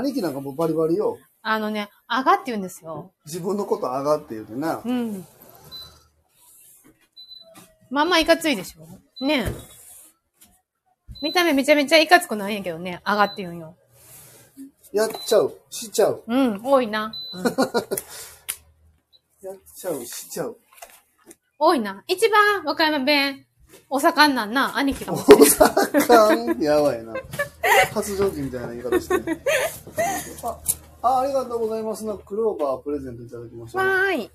Speaker 1: 兄貴なんかもうバリバリよ。
Speaker 2: あのね、あがって言うんですよ。
Speaker 1: 自分のこと上がって言うてな。
Speaker 2: うん。まあまあいかついでしょねえ。見た目めちゃめちゃいかつくないんやけどね、あがって言うんよ。
Speaker 1: やっちゃう。しちゃう。
Speaker 2: うん、多いな。うん
Speaker 1: やっちゃう。しちゃう。
Speaker 2: 多いな。一番、和歌山弁、お盛んなんな、兄貴かもし
Speaker 1: お
Speaker 2: れん。
Speaker 1: 盛んやばいな。発情期みたいな言い [laughs] 方してる。あ、あありがとうございますな。クローバープレゼントいただきました、
Speaker 2: わーい。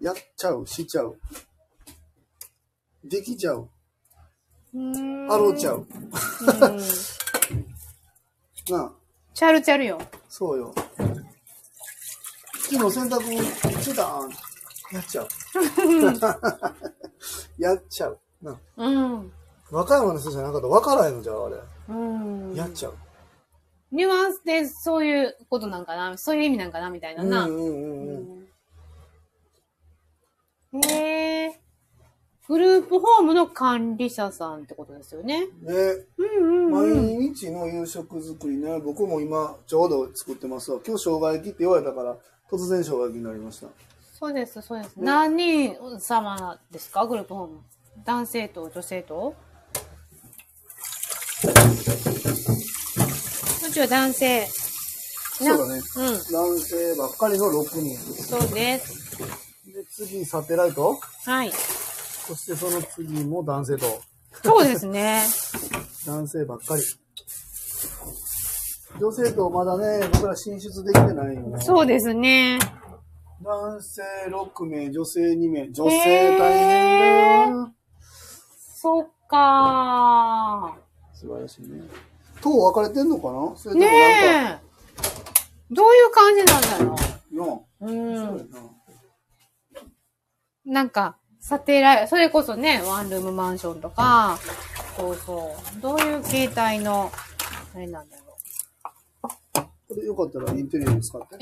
Speaker 1: やっちゃう。しちゃう。できちゃう。
Speaker 2: うーん
Speaker 1: あろうちゃう。
Speaker 2: うん
Speaker 1: なあ。
Speaker 2: チャルチャルよ。
Speaker 1: そうよ。昨日洗濯してたん。やっちゃう。 [laughs] やっちゃう。な
Speaker 2: うん。
Speaker 1: 和歌山の人じゃなかったら分からへんのじゃあ、あれ。
Speaker 2: うん。
Speaker 1: やっちゃう。
Speaker 2: ニュアンスでそういうことなんかな、そういう意味なんかな、みたいな
Speaker 1: うんう
Speaker 2: な。
Speaker 1: んうんうん。
Speaker 2: へえ。グループホームの管理者さんってことですよね。
Speaker 1: で、
Speaker 2: うんうんうん。
Speaker 1: 毎日の夕食作りね、僕も今ちょうど作ってますわ。今日生姜焼きって言われたから、突然生姜焼きになりました。
Speaker 2: そうです、そうです。何人様ですか、グループホーム。男性と女性とうちは男性。な
Speaker 1: そうだね
Speaker 2: うん、
Speaker 1: 男性ばっかりの6人。
Speaker 2: そうです。
Speaker 1: で、次、サテライト。
Speaker 2: はい。
Speaker 1: そしてその次も男性と。
Speaker 2: そうですね。
Speaker 1: 男性ばっかり。女性とまだね、僕ら進出できてないよね。
Speaker 2: そうですね。
Speaker 1: 男性6名、女性2名。女性大変だよ。
Speaker 2: そっか
Speaker 1: 素晴らしいね。党分かれてんのかなそれとも
Speaker 2: ー。ね
Speaker 1: なんか、
Speaker 2: え。どういう感じなんだろ
Speaker 1: の、
Speaker 2: う。うん。
Speaker 1: な
Speaker 2: なんか、サテライト、それこそね、ワンルームマンションとか、そうそう。どういう形態の、あれなんだろ
Speaker 1: これよかったらインテリアに使って。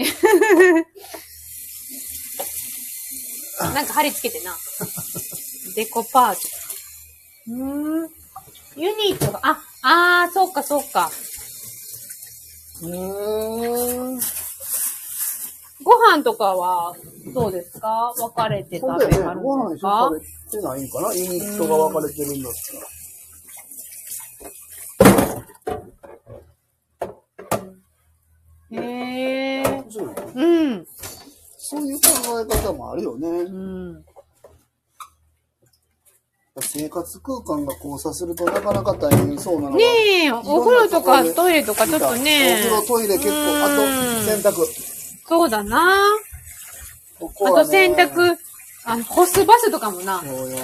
Speaker 2: う。なんか貼り付けてな。デコパート。うーん。ユニットが、あ、あー、そうかそうか。
Speaker 1: うーん。
Speaker 2: ご飯とかは、どうですか分かれて
Speaker 1: そ
Speaker 2: 食
Speaker 1: う
Speaker 2: べ
Speaker 1: だ
Speaker 2: はるん
Speaker 1: よね。ご飯
Speaker 2: で
Speaker 1: 一
Speaker 2: す
Speaker 1: 緒
Speaker 2: か
Speaker 1: に食べてないんかなユニットが分かれてるんだったら。
Speaker 2: へー。
Speaker 1: 面白いね
Speaker 2: うん。
Speaker 1: そういう考え方もあるよ
Speaker 2: う
Speaker 1: ね。
Speaker 2: ん。
Speaker 1: 生活空間が交差するとなかなか大変そうなのが
Speaker 2: ねえ、お風呂とかトイレとかちょっとね。
Speaker 1: お風呂、トイレ結構、あと、洗
Speaker 2: 濯。
Speaker 1: 濯。
Speaker 2: そうだな。
Speaker 1: ここ
Speaker 2: あ
Speaker 1: は
Speaker 2: と
Speaker 1: ね
Speaker 2: 洗。濯、あの、干す場所とかもな。
Speaker 1: そうよ。
Speaker 2: うん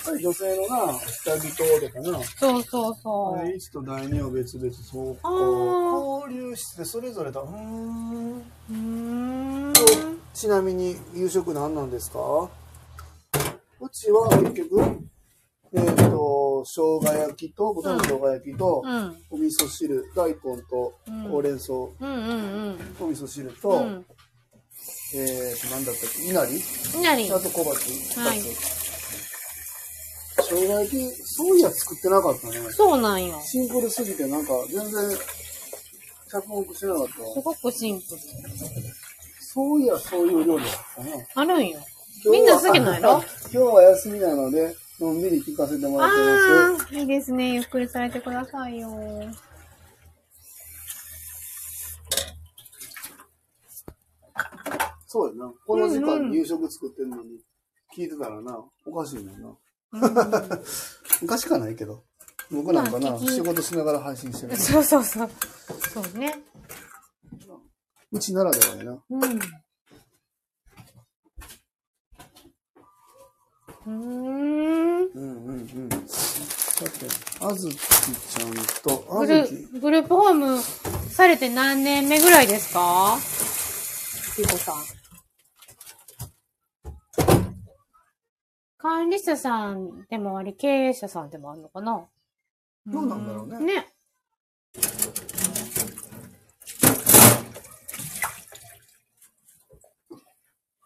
Speaker 1: やっぱり女性のな、下着ととかな。
Speaker 2: そうそうそう。
Speaker 1: 第一と第二を別々、そうか
Speaker 2: あー。
Speaker 1: 交流してそれぞれだ。うーん。
Speaker 2: うーん。
Speaker 1: ちなみに夕食何なんですかうちは結局、えっ、と、生姜焼きと、豚の生姜焼きと、
Speaker 2: うん。
Speaker 1: お味噌汁、大根と
Speaker 2: うん、
Speaker 1: ほうれん草、お
Speaker 2: うんうん
Speaker 1: 味噌汁と、
Speaker 2: うん。うん。
Speaker 1: えっ、と、なんだったっけ、いなり
Speaker 2: いなり
Speaker 1: あ。と小鉢2つ。
Speaker 2: はい
Speaker 1: 生姜焼き、そういや作ってなかったね。
Speaker 2: そうなんよ。す
Speaker 1: シンプルすぎてなんか全然着目してなかったわ。
Speaker 2: ごくシンプル。
Speaker 1: そういやそういう料理だったね。
Speaker 2: あるんよ。みんな好きなんやろ
Speaker 1: 今日は休みなので、のんびり聞かせてもらってま
Speaker 2: ああ、いいですね。ゆっくりされてくださいよ。
Speaker 1: す。そうやな。この時間に夕食作ってんのに、聞いてたらな、おかしいもんな。
Speaker 2: うん
Speaker 1: [laughs] 昔かないけど。僕なんか
Speaker 2: ま
Speaker 1: な、
Speaker 2: あ聞き
Speaker 1: 仕事しながら配信してる。
Speaker 2: そうそうそう。そうね。
Speaker 1: うちならではやな。
Speaker 2: うん。う
Speaker 1: う
Speaker 2: ーん。
Speaker 1: んうんうん。だって、あずきちゃんと、あ
Speaker 2: グ
Speaker 1: ず
Speaker 2: ル
Speaker 1: き、
Speaker 2: グループホームされて何年目ぐらいですかゆうこさん。管理者さんでもあり、経営者さんでもあるのかな
Speaker 1: どうなんだろうね
Speaker 2: ね。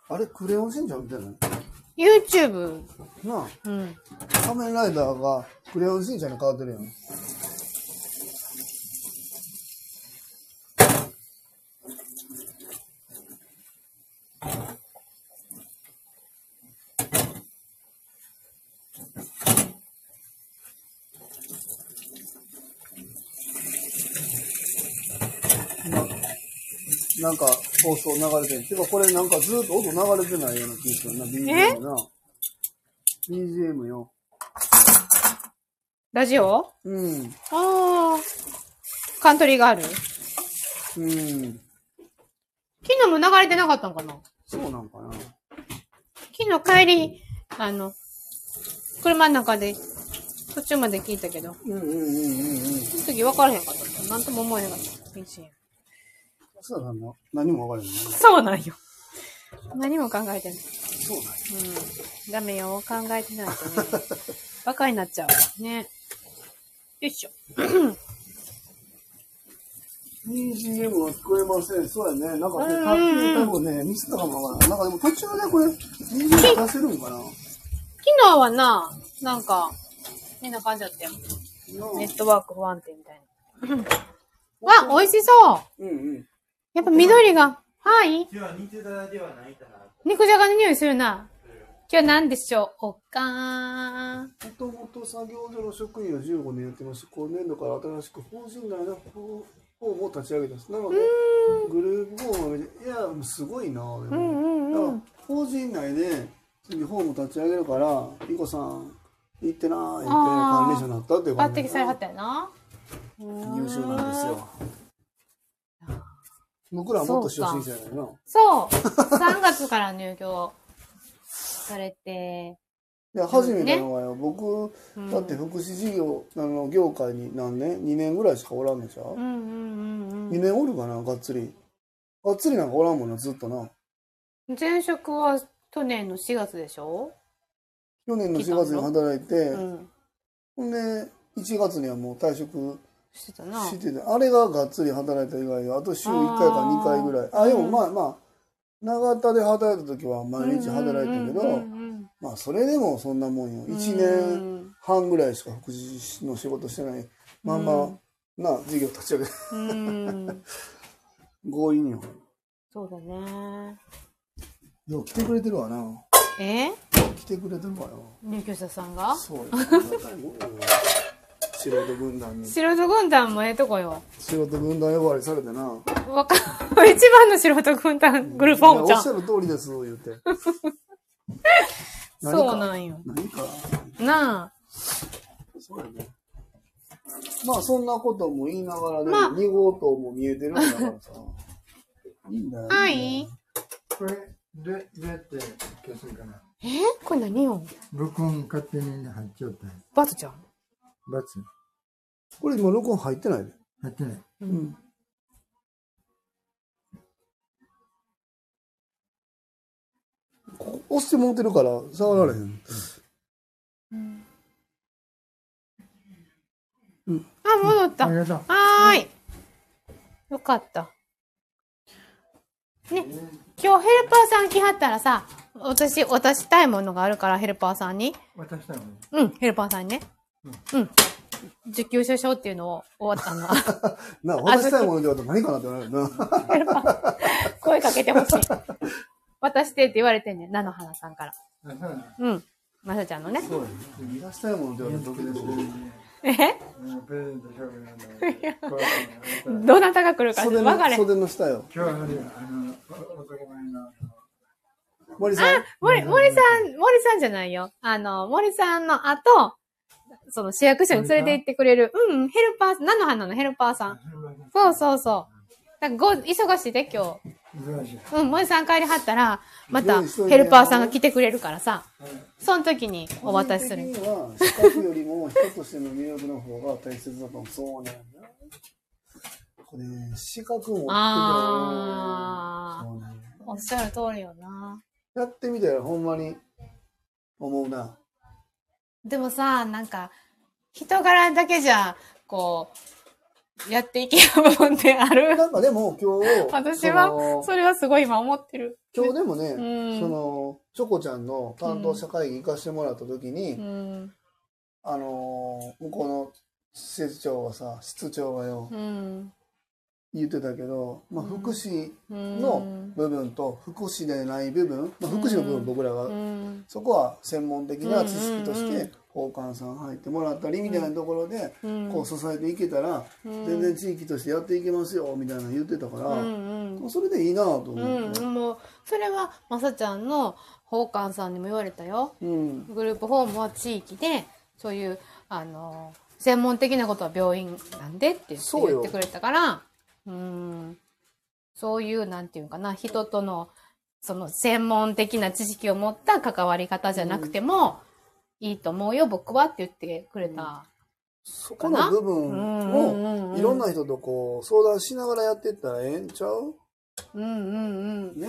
Speaker 1: あれ、クレヨンしんちゃんみたいな。
Speaker 2: YouTube。
Speaker 1: なあ、
Speaker 2: うん。
Speaker 1: 仮面ライダーがクレヨンしんちゃんに変わってるやん。今なんか放送流れてる。てかこれなんかずっと音流れてないような気がするな、BGM な。BGM よ。
Speaker 2: ラジオ
Speaker 1: うん。
Speaker 2: ああ。カントリーガール。
Speaker 1: うん。
Speaker 2: 昨日も流れてなかったんかな
Speaker 1: そうなんかな。
Speaker 2: 昨日帰り、あの、車の中で途中まで聞いたけど、
Speaker 1: うんうんうんうんうん。
Speaker 2: その時分からへんかった。なんとも思えなかった。BGM
Speaker 1: そうだな。何もわからない。
Speaker 2: そうなんよ。何も考えてない。
Speaker 1: そうなんや
Speaker 2: うん。ダメよ。考え [laughs] てないとね。バカになっちゃう。ね。よいしょ。
Speaker 1: BGM は聞こえません。そうやね。なんかね、卓球多分ね、ミスったかもわからない。なんかでも途中でこれ、BGM 出せるんかな。
Speaker 2: 昨日はな、なんか、変な感じだったよ。ネットワーク不安定みたいな。わ、美味しそ
Speaker 1: う
Speaker 2: う
Speaker 1: んうん。
Speaker 2: やっぱ緑が、はい
Speaker 4: 今日は肉皿ではないかなと。
Speaker 2: 肉じゃがの匂いするな。今日何でしょうおかー
Speaker 1: もともと作業所の職員を15年やってまして、今年度から新しく法人内の方方も立ち上げたんです。なので、グループホームいや、もうすごいな。でも
Speaker 2: んうんうん
Speaker 1: だから法人内で、次ホーム立ち上げるから、リコさん、行ってなーって管理者になったっていう
Speaker 2: 抜
Speaker 1: 感じ。
Speaker 2: 擢されはったよな。優
Speaker 1: 優秀なんですよ。。僕らはもっと初心者やからな。
Speaker 2: そう。3
Speaker 1: [laughs]
Speaker 2: 月から入居されて。
Speaker 1: いや、初めての場合は、僕、
Speaker 2: うん
Speaker 1: だって福祉事業、あの、業界に何年 ?2 年ぐらいしかおらんでしょ
Speaker 2: う、んうんうん
Speaker 1: う ?2 年おるかな、がっつり。がっつりなんかおらんもんな、ずっとな。
Speaker 2: うん。前職は去年の4月でしょ
Speaker 1: 去年の4月に働いて
Speaker 2: う、ん。
Speaker 1: ほんで、1月にはもう退職
Speaker 2: してたな。
Speaker 1: してて、あれががっつり働いた以外が、あと週1回か2回ぐらい。
Speaker 2: あー
Speaker 1: あでもまあまあ、長田で働いた時は毎日働いてるけど、
Speaker 2: うんうんうん
Speaker 1: まあそれでもそんなもんよ。
Speaker 2: うん
Speaker 1: 1年半ぐらいしか福祉の仕事してないまん
Speaker 2: う
Speaker 1: ま
Speaker 2: ん、
Speaker 1: な、事業立ち上げ
Speaker 2: うん。うん。
Speaker 1: [laughs] 強引よ。
Speaker 2: そうだね。
Speaker 1: よう来てくれてるわな。
Speaker 2: え
Speaker 1: 来てくれてるわよ。
Speaker 2: 入居者さんが
Speaker 1: そうよ。ありがたいもんよ素人軍団に。
Speaker 2: 素人軍団もええとこよ。
Speaker 1: 素人軍団呼ばわりされてな。
Speaker 2: わか、 [laughs] 一番の素人軍団、グルフォームち
Speaker 1: いやお
Speaker 2: ゃ
Speaker 1: っしゃ
Speaker 2: ん。
Speaker 1: る通りです、言うて。何か
Speaker 2: そうなんよ。
Speaker 1: 何か、
Speaker 2: なあ。
Speaker 1: そうやね。まあそんなことも言いながらね、
Speaker 2: まあ
Speaker 1: 2号棟も見えてるんだからさ。いいんだよ。
Speaker 2: は
Speaker 1: んだよ
Speaker 2: い。
Speaker 5: これ、どうどうやって消すんかな
Speaker 2: えこれ何よ
Speaker 5: 録音勝手に入っちゃった。
Speaker 2: バトちゃん。
Speaker 5: バツ
Speaker 1: これ今録音入ってないで。
Speaker 5: 入ってない。
Speaker 1: うん。ここ押してもうてるから触られへん。
Speaker 2: あ、戻った。
Speaker 5: ありがとう。
Speaker 2: はーい。よかった。ね、今日ヘルパーさん来はったらさ、私、渡したいものがあるから、ヘルパーさんに。
Speaker 5: 渡したのね
Speaker 2: うん、ヘルパーさんにね。うん。受給者証っていうのを終わった [laughs] の。
Speaker 1: なあ、渡したいものでは何かなって言われるな。
Speaker 2: 声かけてほしい。渡してって言われてんねん、菜の花さんから。
Speaker 5: あ、そうなの
Speaker 2: うん。まさちゃんのね。
Speaker 1: そうやね。 [laughs] 渡したいものでは
Speaker 5: ド
Speaker 1: ド
Speaker 5: キ
Speaker 1: キド
Speaker 5: ドキ
Speaker 1: キ
Speaker 5: するね
Speaker 2: え
Speaker 5: うんプレゼントしようかなと思って怖いな
Speaker 2: どなたが来るか
Speaker 1: 袖
Speaker 2: 分かれ
Speaker 1: の
Speaker 2: へん。
Speaker 1: 袖の下よ。
Speaker 5: 今日はあれよあの、お男前の、
Speaker 1: 森さん。
Speaker 2: 森、森さん、森さんじゃないよ。あの、森さんの後、その市役所に連れて行ってくれる、うん、ヘルパー、菜の花のヘルパーさん。そうそうそう。だからご、忙しいで、今
Speaker 5: 忙しい。
Speaker 2: 日。うん、森さん帰りはったら、また、
Speaker 1: 用意しといて
Speaker 2: ヘルパーさんが来てくれるからさ、
Speaker 5: はい
Speaker 2: その時にお渡しす
Speaker 1: 個
Speaker 2: る。
Speaker 1: 人的には、資格よりも人としての魅力の方が大切だと思う。そうなんだ。これ、資格も
Speaker 2: あー
Speaker 1: そうなんや
Speaker 2: おっしゃる通りよな。
Speaker 1: やってみたらほんまに思うな。
Speaker 2: でもさ、なんか、人柄だけじゃ、こやっていける部分であ [laughs] る。
Speaker 1: なんかでも今日、
Speaker 2: 私
Speaker 1: そ
Speaker 2: は、
Speaker 1: の
Speaker 2: それはすごい今思ってる。
Speaker 1: 今日でもね、
Speaker 2: うん
Speaker 1: その、チョコちゃんの担当者会議行かしてもらった時に、
Speaker 2: うん。
Speaker 1: あのー向こうの施設長はさ、室長がよ、
Speaker 2: うん。
Speaker 1: 言ってたけど、まあ、
Speaker 2: うん
Speaker 1: 福祉
Speaker 2: うん
Speaker 1: の部分と福祉でない部分、まあ、
Speaker 2: うん
Speaker 1: 福祉の部分僕らが、
Speaker 2: うん。
Speaker 1: そこは専門的な知識とし
Speaker 2: うんうんう
Speaker 1: て、交換さん入ってもらったりみたいなところで、
Speaker 2: うん。
Speaker 1: こう支えていけたら、
Speaker 2: うん
Speaker 1: 全然地域としてやっていけますよ、みたいなの言ってたから、
Speaker 2: うん
Speaker 1: それでいいなと思
Speaker 2: うん。
Speaker 1: って
Speaker 2: う。ん。もう、それは、まさちゃんの、宝冠さんにも言われたよ。
Speaker 1: うん。
Speaker 2: グループホームは地域で、そういう、あの、専門的なことは病院なんでって言って
Speaker 1: そうよ
Speaker 2: 言ってくれたから、うん。そういう、なんていうかな、人との、その専門的な知識を持った関わり方じゃなくても、いいと思うよ、僕はって言ってくれた。
Speaker 1: そこの部
Speaker 2: う
Speaker 1: 分
Speaker 2: んうん
Speaker 1: を、
Speaker 2: うんうん。
Speaker 1: いろんな人とこう、相談しながらやっていったらええんちゃう
Speaker 2: うんうんうん。
Speaker 1: ね。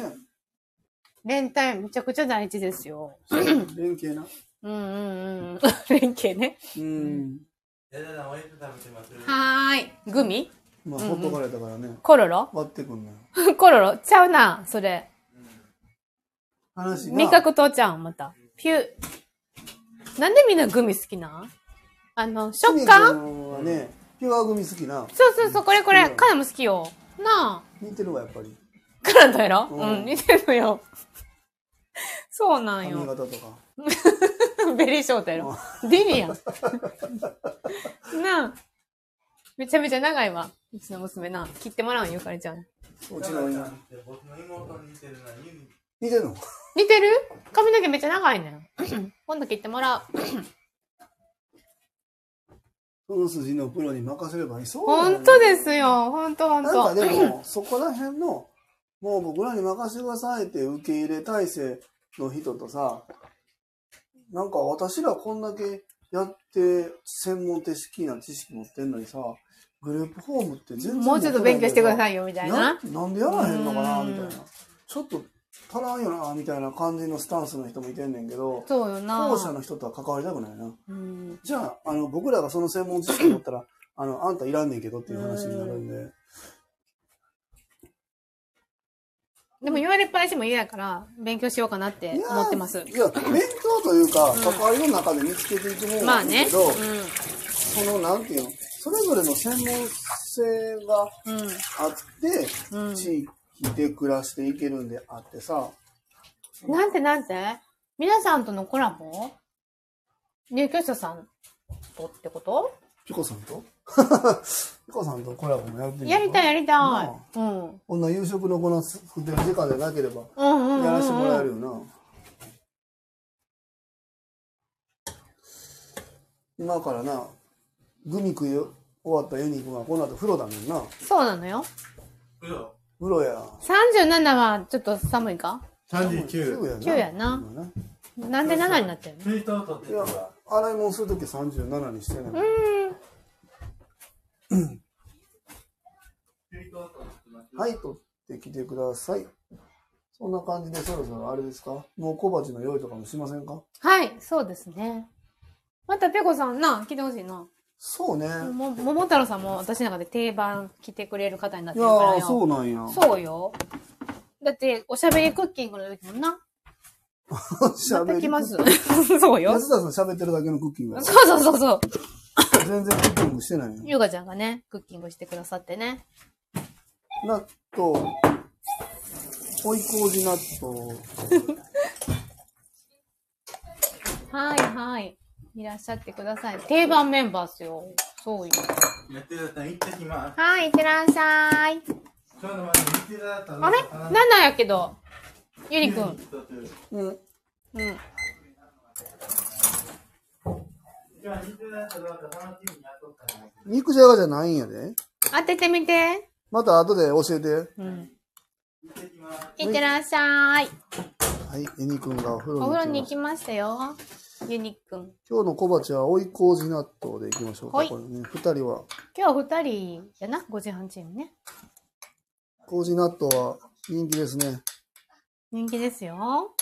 Speaker 2: [clears throat] 連帯めちゃくちゃ大事ですよ。
Speaker 1: 連携な。
Speaker 2: うんうん [laughs] うん。連携ね。
Speaker 1: うん。
Speaker 4: やだな、おやつ食べてます。
Speaker 2: はーい。グミ
Speaker 1: まあ、ほっとかれたからね、
Speaker 2: コロ [laughs] ロ
Speaker 1: 割ってくんのよ。
Speaker 2: コロロちゃうな、それ。
Speaker 1: 話が。
Speaker 2: 味覚とちゃうん、また。ピュー。なんでみんなグミ好きなんあの、食感
Speaker 1: 感はね、ピュア組好きな。
Speaker 2: そうそうそう、これこれ。
Speaker 1: うん
Speaker 2: カナも好きよ。なあ。
Speaker 1: 似てるわ、やっぱり。
Speaker 2: カナとやろ
Speaker 1: う
Speaker 2: うんん、似てるのよ。そうなん
Speaker 1: 髪
Speaker 2: よ。
Speaker 1: 型とか。
Speaker 2: [laughs] ベリーショートやろ。ディニやん。なあ。めちゃめちゃ長いわ。うちの娘な。切ってもらうんゆかりちゃん。
Speaker 1: う
Speaker 4: う
Speaker 1: ち
Speaker 4: ち
Speaker 1: の
Speaker 4: の
Speaker 1: 今。
Speaker 4: って僕の妹に似てるな、ユミ。
Speaker 1: 似てるの
Speaker 2: 似てる髪の毛めっちゃ長いねん。 [clears throat] 今度切ってもらう。
Speaker 1: その筋のプロに任せればいい。そうなのよ
Speaker 2: 本当ですよ。本当本
Speaker 1: なんか
Speaker 2: 当。
Speaker 1: でも、そこら辺の、もう僕らに任せてくださいって受け入れ体制の人とさ、なんか私らこんだけやって専門的な知識持ってんのにさ、グループホームって全然
Speaker 2: もうちょっと勉強してくださ
Speaker 1: い
Speaker 2: いよ、みたい
Speaker 1: な
Speaker 2: な。。
Speaker 1: なんでやらへんのかな
Speaker 2: うん
Speaker 1: みたいな。ちょっと足らんよなみたいな感じのスタンスの人もいてんねんけど、
Speaker 2: そうよな。
Speaker 1: 後者の人とは関わりたくないな。
Speaker 2: うん。
Speaker 1: じゃあ、あの、僕らがその専門知識持ったら、あの、あんたいらんねんけどっていう話になるんで。
Speaker 2: でも言われっぱなしも嫌やから、勉強しようかなって
Speaker 1: いやー
Speaker 2: 思ってます
Speaker 1: い。や、勉強というか、
Speaker 2: ん
Speaker 1: 関わりの中で見つけていくもの
Speaker 2: ま
Speaker 1: な
Speaker 2: あ
Speaker 1: んだ
Speaker 2: ね
Speaker 1: け。ど、その、なんていうの、それぞれの専門性が
Speaker 2: うん。う
Speaker 1: あ
Speaker 2: ん。
Speaker 1: って、
Speaker 2: うん
Speaker 1: 地域で暮らしていけるんであってさ、
Speaker 2: なんてなんて皆さんとのコラボ入居者さんとってこと
Speaker 1: ピコさんと [laughs] ピコさんとコラボもやってみ
Speaker 2: やりたい
Speaker 1: い。
Speaker 2: やり
Speaker 1: な
Speaker 2: たい。うん。うん
Speaker 1: こんな夕食のこのす作ってる時間でなければ、
Speaker 2: うんうんうん。
Speaker 1: やらせてもらえるよな。今からな、グミ食い終わったユニ君はこの後風呂だもんな。
Speaker 2: そうなのよ。
Speaker 4: うよ。
Speaker 1: 風呂や。
Speaker 2: 37はちょっと寒いか
Speaker 1: 9
Speaker 5: 39。
Speaker 1: やな。
Speaker 2: 9やな
Speaker 1: 今な
Speaker 2: なんで7になってるの
Speaker 4: 水筒取って
Speaker 1: い
Speaker 4: くる
Speaker 1: や
Speaker 4: わ。、
Speaker 1: 洗い物するとき37にしてない。
Speaker 4: 水筒取ってます。
Speaker 1: はい、取ってきてください。そんな感じでそろそろあれですかもう小鉢の用意とかもしませんか
Speaker 2: はい、そうですね。またペコさんな、来てほしいな。
Speaker 1: そうね。いや
Speaker 2: も、桃太郎さんも私の中で定番来てくれる方になってるから
Speaker 1: ー、
Speaker 2: よ。
Speaker 1: そうなんや。
Speaker 2: そうよ。だって、おしゃべりクッキングの時もな、ま
Speaker 1: 喋
Speaker 2: た
Speaker 1: り
Speaker 2: 来ます。 [laughs] そうよ。
Speaker 1: 安田さん喋ってるだけのクッキングや
Speaker 2: そうそうそうそう。
Speaker 1: 全然クッキングしてないよ。
Speaker 2: ゆうがちゃんがね、クッキングしてくださってね。
Speaker 1: 納豆、追い麹納豆、
Speaker 2: はいはい。いらっしゃってください。定番メンバーっすよ。そうよ。
Speaker 4: やってるだったら行ってきます。
Speaker 2: はい、いってらっしゃい。
Speaker 4: ちょっと待って、見てるだったら
Speaker 2: あれ
Speaker 4: 話
Speaker 2: ?7 やけど。ゆりくん。
Speaker 1: うん、
Speaker 2: うん。
Speaker 4: じゃあ、似てるだったらどうか楽しみにやっとったら。
Speaker 1: 肉じゃがじゃないんやで。
Speaker 2: 当ててみて。
Speaker 1: また後で教えて。
Speaker 2: うん。
Speaker 4: 行ってきます。
Speaker 2: いってらっしゃい。
Speaker 1: はい、えにくんがお風呂
Speaker 2: お
Speaker 1: に
Speaker 2: 風呂に
Speaker 1: 行
Speaker 2: 行
Speaker 1: き
Speaker 2: きましたよ。ゆにくん。
Speaker 1: 今日の小鉢は追い麹納豆でいきましょうか。
Speaker 2: はい
Speaker 1: これね、二人は。
Speaker 2: 今日二人やな、5時半チームね。
Speaker 1: 麹納豆は人気ですね。
Speaker 2: 人気ですよ。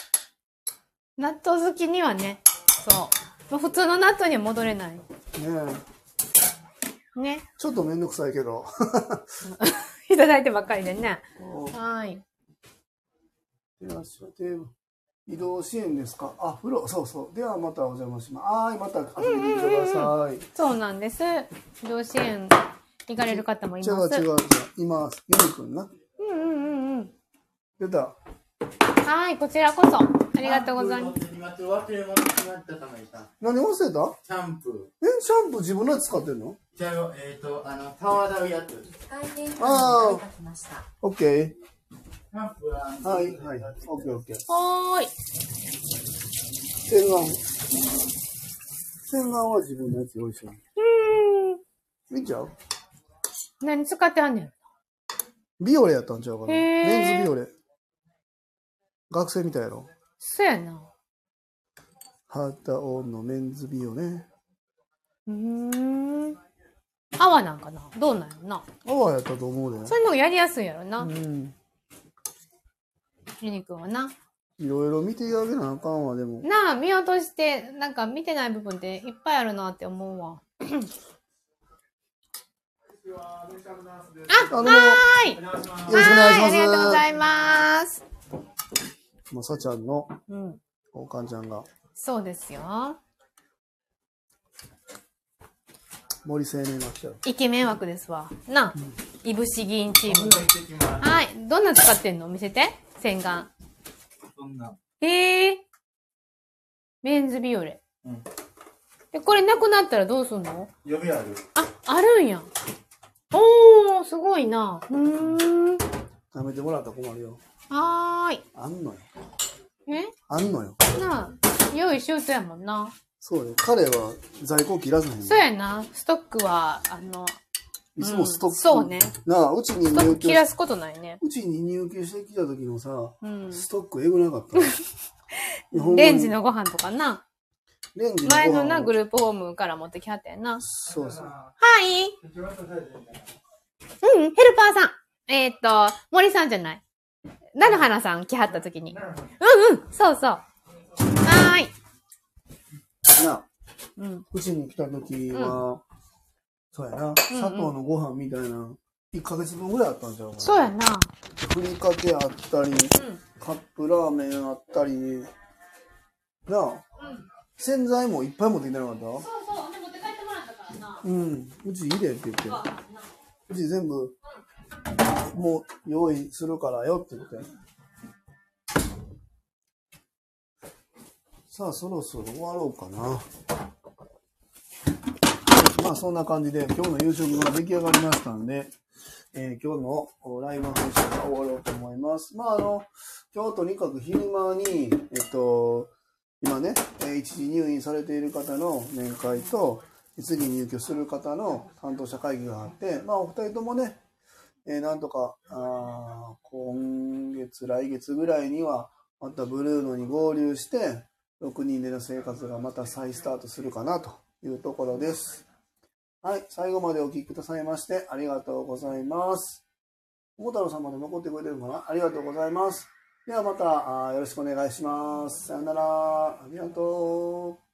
Speaker 2: 納豆好きにはね、そう。もう普通の納豆には戻れない。
Speaker 1: ねえ。
Speaker 2: ね。
Speaker 1: ちょっとめんどくさいけど。
Speaker 2: いただいてばっかりでね。
Speaker 1: お
Speaker 2: はい。
Speaker 1: いらっしゃって移動支援ですかあ、風呂、そうそう。ではまたお邪魔します。はい、また遊びに来てください。
Speaker 2: そうなんです。移動支援行かれる方もい
Speaker 1: 違
Speaker 2: ま
Speaker 1: う
Speaker 2: す。
Speaker 1: 違う違う。今、ゆみくんな。
Speaker 2: うんうんうんうん。
Speaker 1: 出た。
Speaker 2: はい、こちらこそ。ありがとうございます。
Speaker 4: す。今ちょっと忘れ物になったためにさ、
Speaker 1: 何忘れた
Speaker 4: シャンプ
Speaker 1: え、シャンプー自分のやつ使ってんの
Speaker 4: ー。じゃあよ、えっ、ー、と、あの、泡洗うやつ。
Speaker 3: 機械変換
Speaker 1: あー
Speaker 3: に書いてきました。
Speaker 1: オッケ
Speaker 4: シャンプーはあ
Speaker 1: ー。
Speaker 4: の
Speaker 1: はい、はい。オッケーオッケー。
Speaker 2: はーい。
Speaker 1: 洗顔。洗顔は自分のやつ用意しない。見ちゃう
Speaker 2: 何使ってはんねん。
Speaker 1: ビオレやったんちゃうかな。
Speaker 2: へー
Speaker 1: メンズビオレ。学生みたいやろ。
Speaker 2: そうやな。
Speaker 1: ハータオンのメンズビオレ。
Speaker 2: うーん。泡なんかなどうなんやろな
Speaker 1: アワーやったと思うで。
Speaker 2: そういうのがやりやすいんやろな
Speaker 1: う。ん。
Speaker 2: ユニくんはな。
Speaker 1: いろいろ見ていただけなあかんわ、でも。
Speaker 2: なあ、見落として、なんか見てない部分っていっぱいあるなって思うわ。
Speaker 1: あの、よ
Speaker 2: はーい。
Speaker 4: お願いします。
Speaker 1: ろしくお願いします。
Speaker 2: はーありがとうございます。
Speaker 1: まさちゃんの、
Speaker 2: うん。
Speaker 1: おかんちゃんが、
Speaker 2: そうですよ。
Speaker 1: 森青年が来ちゃう。
Speaker 2: イケメン枠ですわ。なあ、いぶし議員チーム
Speaker 4: 今度。行ってきま
Speaker 2: はい。どんな使ってんの見せて。洗顔。
Speaker 4: す。そんな。
Speaker 2: ええメンズビオレ。
Speaker 4: うん。
Speaker 2: で、これなくなったらどうすんの
Speaker 4: 予備ある。
Speaker 2: あ、あるんや。おー、すごいな。うーん。
Speaker 1: やめてもらったら困るよ。
Speaker 2: はーい。
Speaker 1: あんのよ。
Speaker 2: え
Speaker 1: あんのよ。
Speaker 2: なあ、用意しようとやもんな。
Speaker 1: そうよ。彼は在庫切らずへん。
Speaker 2: そうやな。ストックは、あの、
Speaker 1: いつもストック。
Speaker 2: うんそうね。
Speaker 1: なあ、うちに
Speaker 2: ストッ
Speaker 1: 入
Speaker 2: ク切ら
Speaker 1: 居、
Speaker 2: すことないね。
Speaker 1: うちに入居してきた時のさ、
Speaker 2: うん。
Speaker 1: ストックえぐなか
Speaker 2: [laughs]
Speaker 1: った。いやほんまに
Speaker 2: レンジのご飯とかな。
Speaker 1: レンジの
Speaker 2: 前のな、グ
Speaker 1: ル
Speaker 2: ループホームから持ってきはったやな。は
Speaker 1: そうそう。
Speaker 2: い。うん、ヘルパーさん。えーっと、森さんじゃない。なるはなさん来はった時に。うんうん、そうそう。はーい。
Speaker 1: なあ、
Speaker 2: うん。
Speaker 1: うちに来た時は、そうやな、砂糖のご飯みたいな、1ヶ月分ぐらいあったんちゃうかな。
Speaker 2: そうやな。
Speaker 1: ふりかけあったり、カップラーメンあったり、なあ、洗剤もいっぱい持ってきてなかったそうそう、持って帰ってもらったからな。うん、うちいいでって言って。うち全部、もう用意するからよって言って。さあ、そろそろ終わろうかな。まあ、そんな感じで、今日の夕食が出来上がりましたんで、えー今日のおライブ配信が終わろうと思います。まあ、あの、今日とにかく昼間に、えっと、今ね、えー一時入院されている方の面会と、次入居する方の担当者会議があって、まあ、お二人ともね、えーなんとか、あー今月、来月ぐらいには、またブルーノに合流して、6人での生活がまた再スタートするかなというところです。はい、最後までお聞きくださいまして、ありがとうございます。小太郎さんまで残ってくれてるのかなありがとうございます。ではまた、あーよろしくお願いします。さよなら。ありがとう。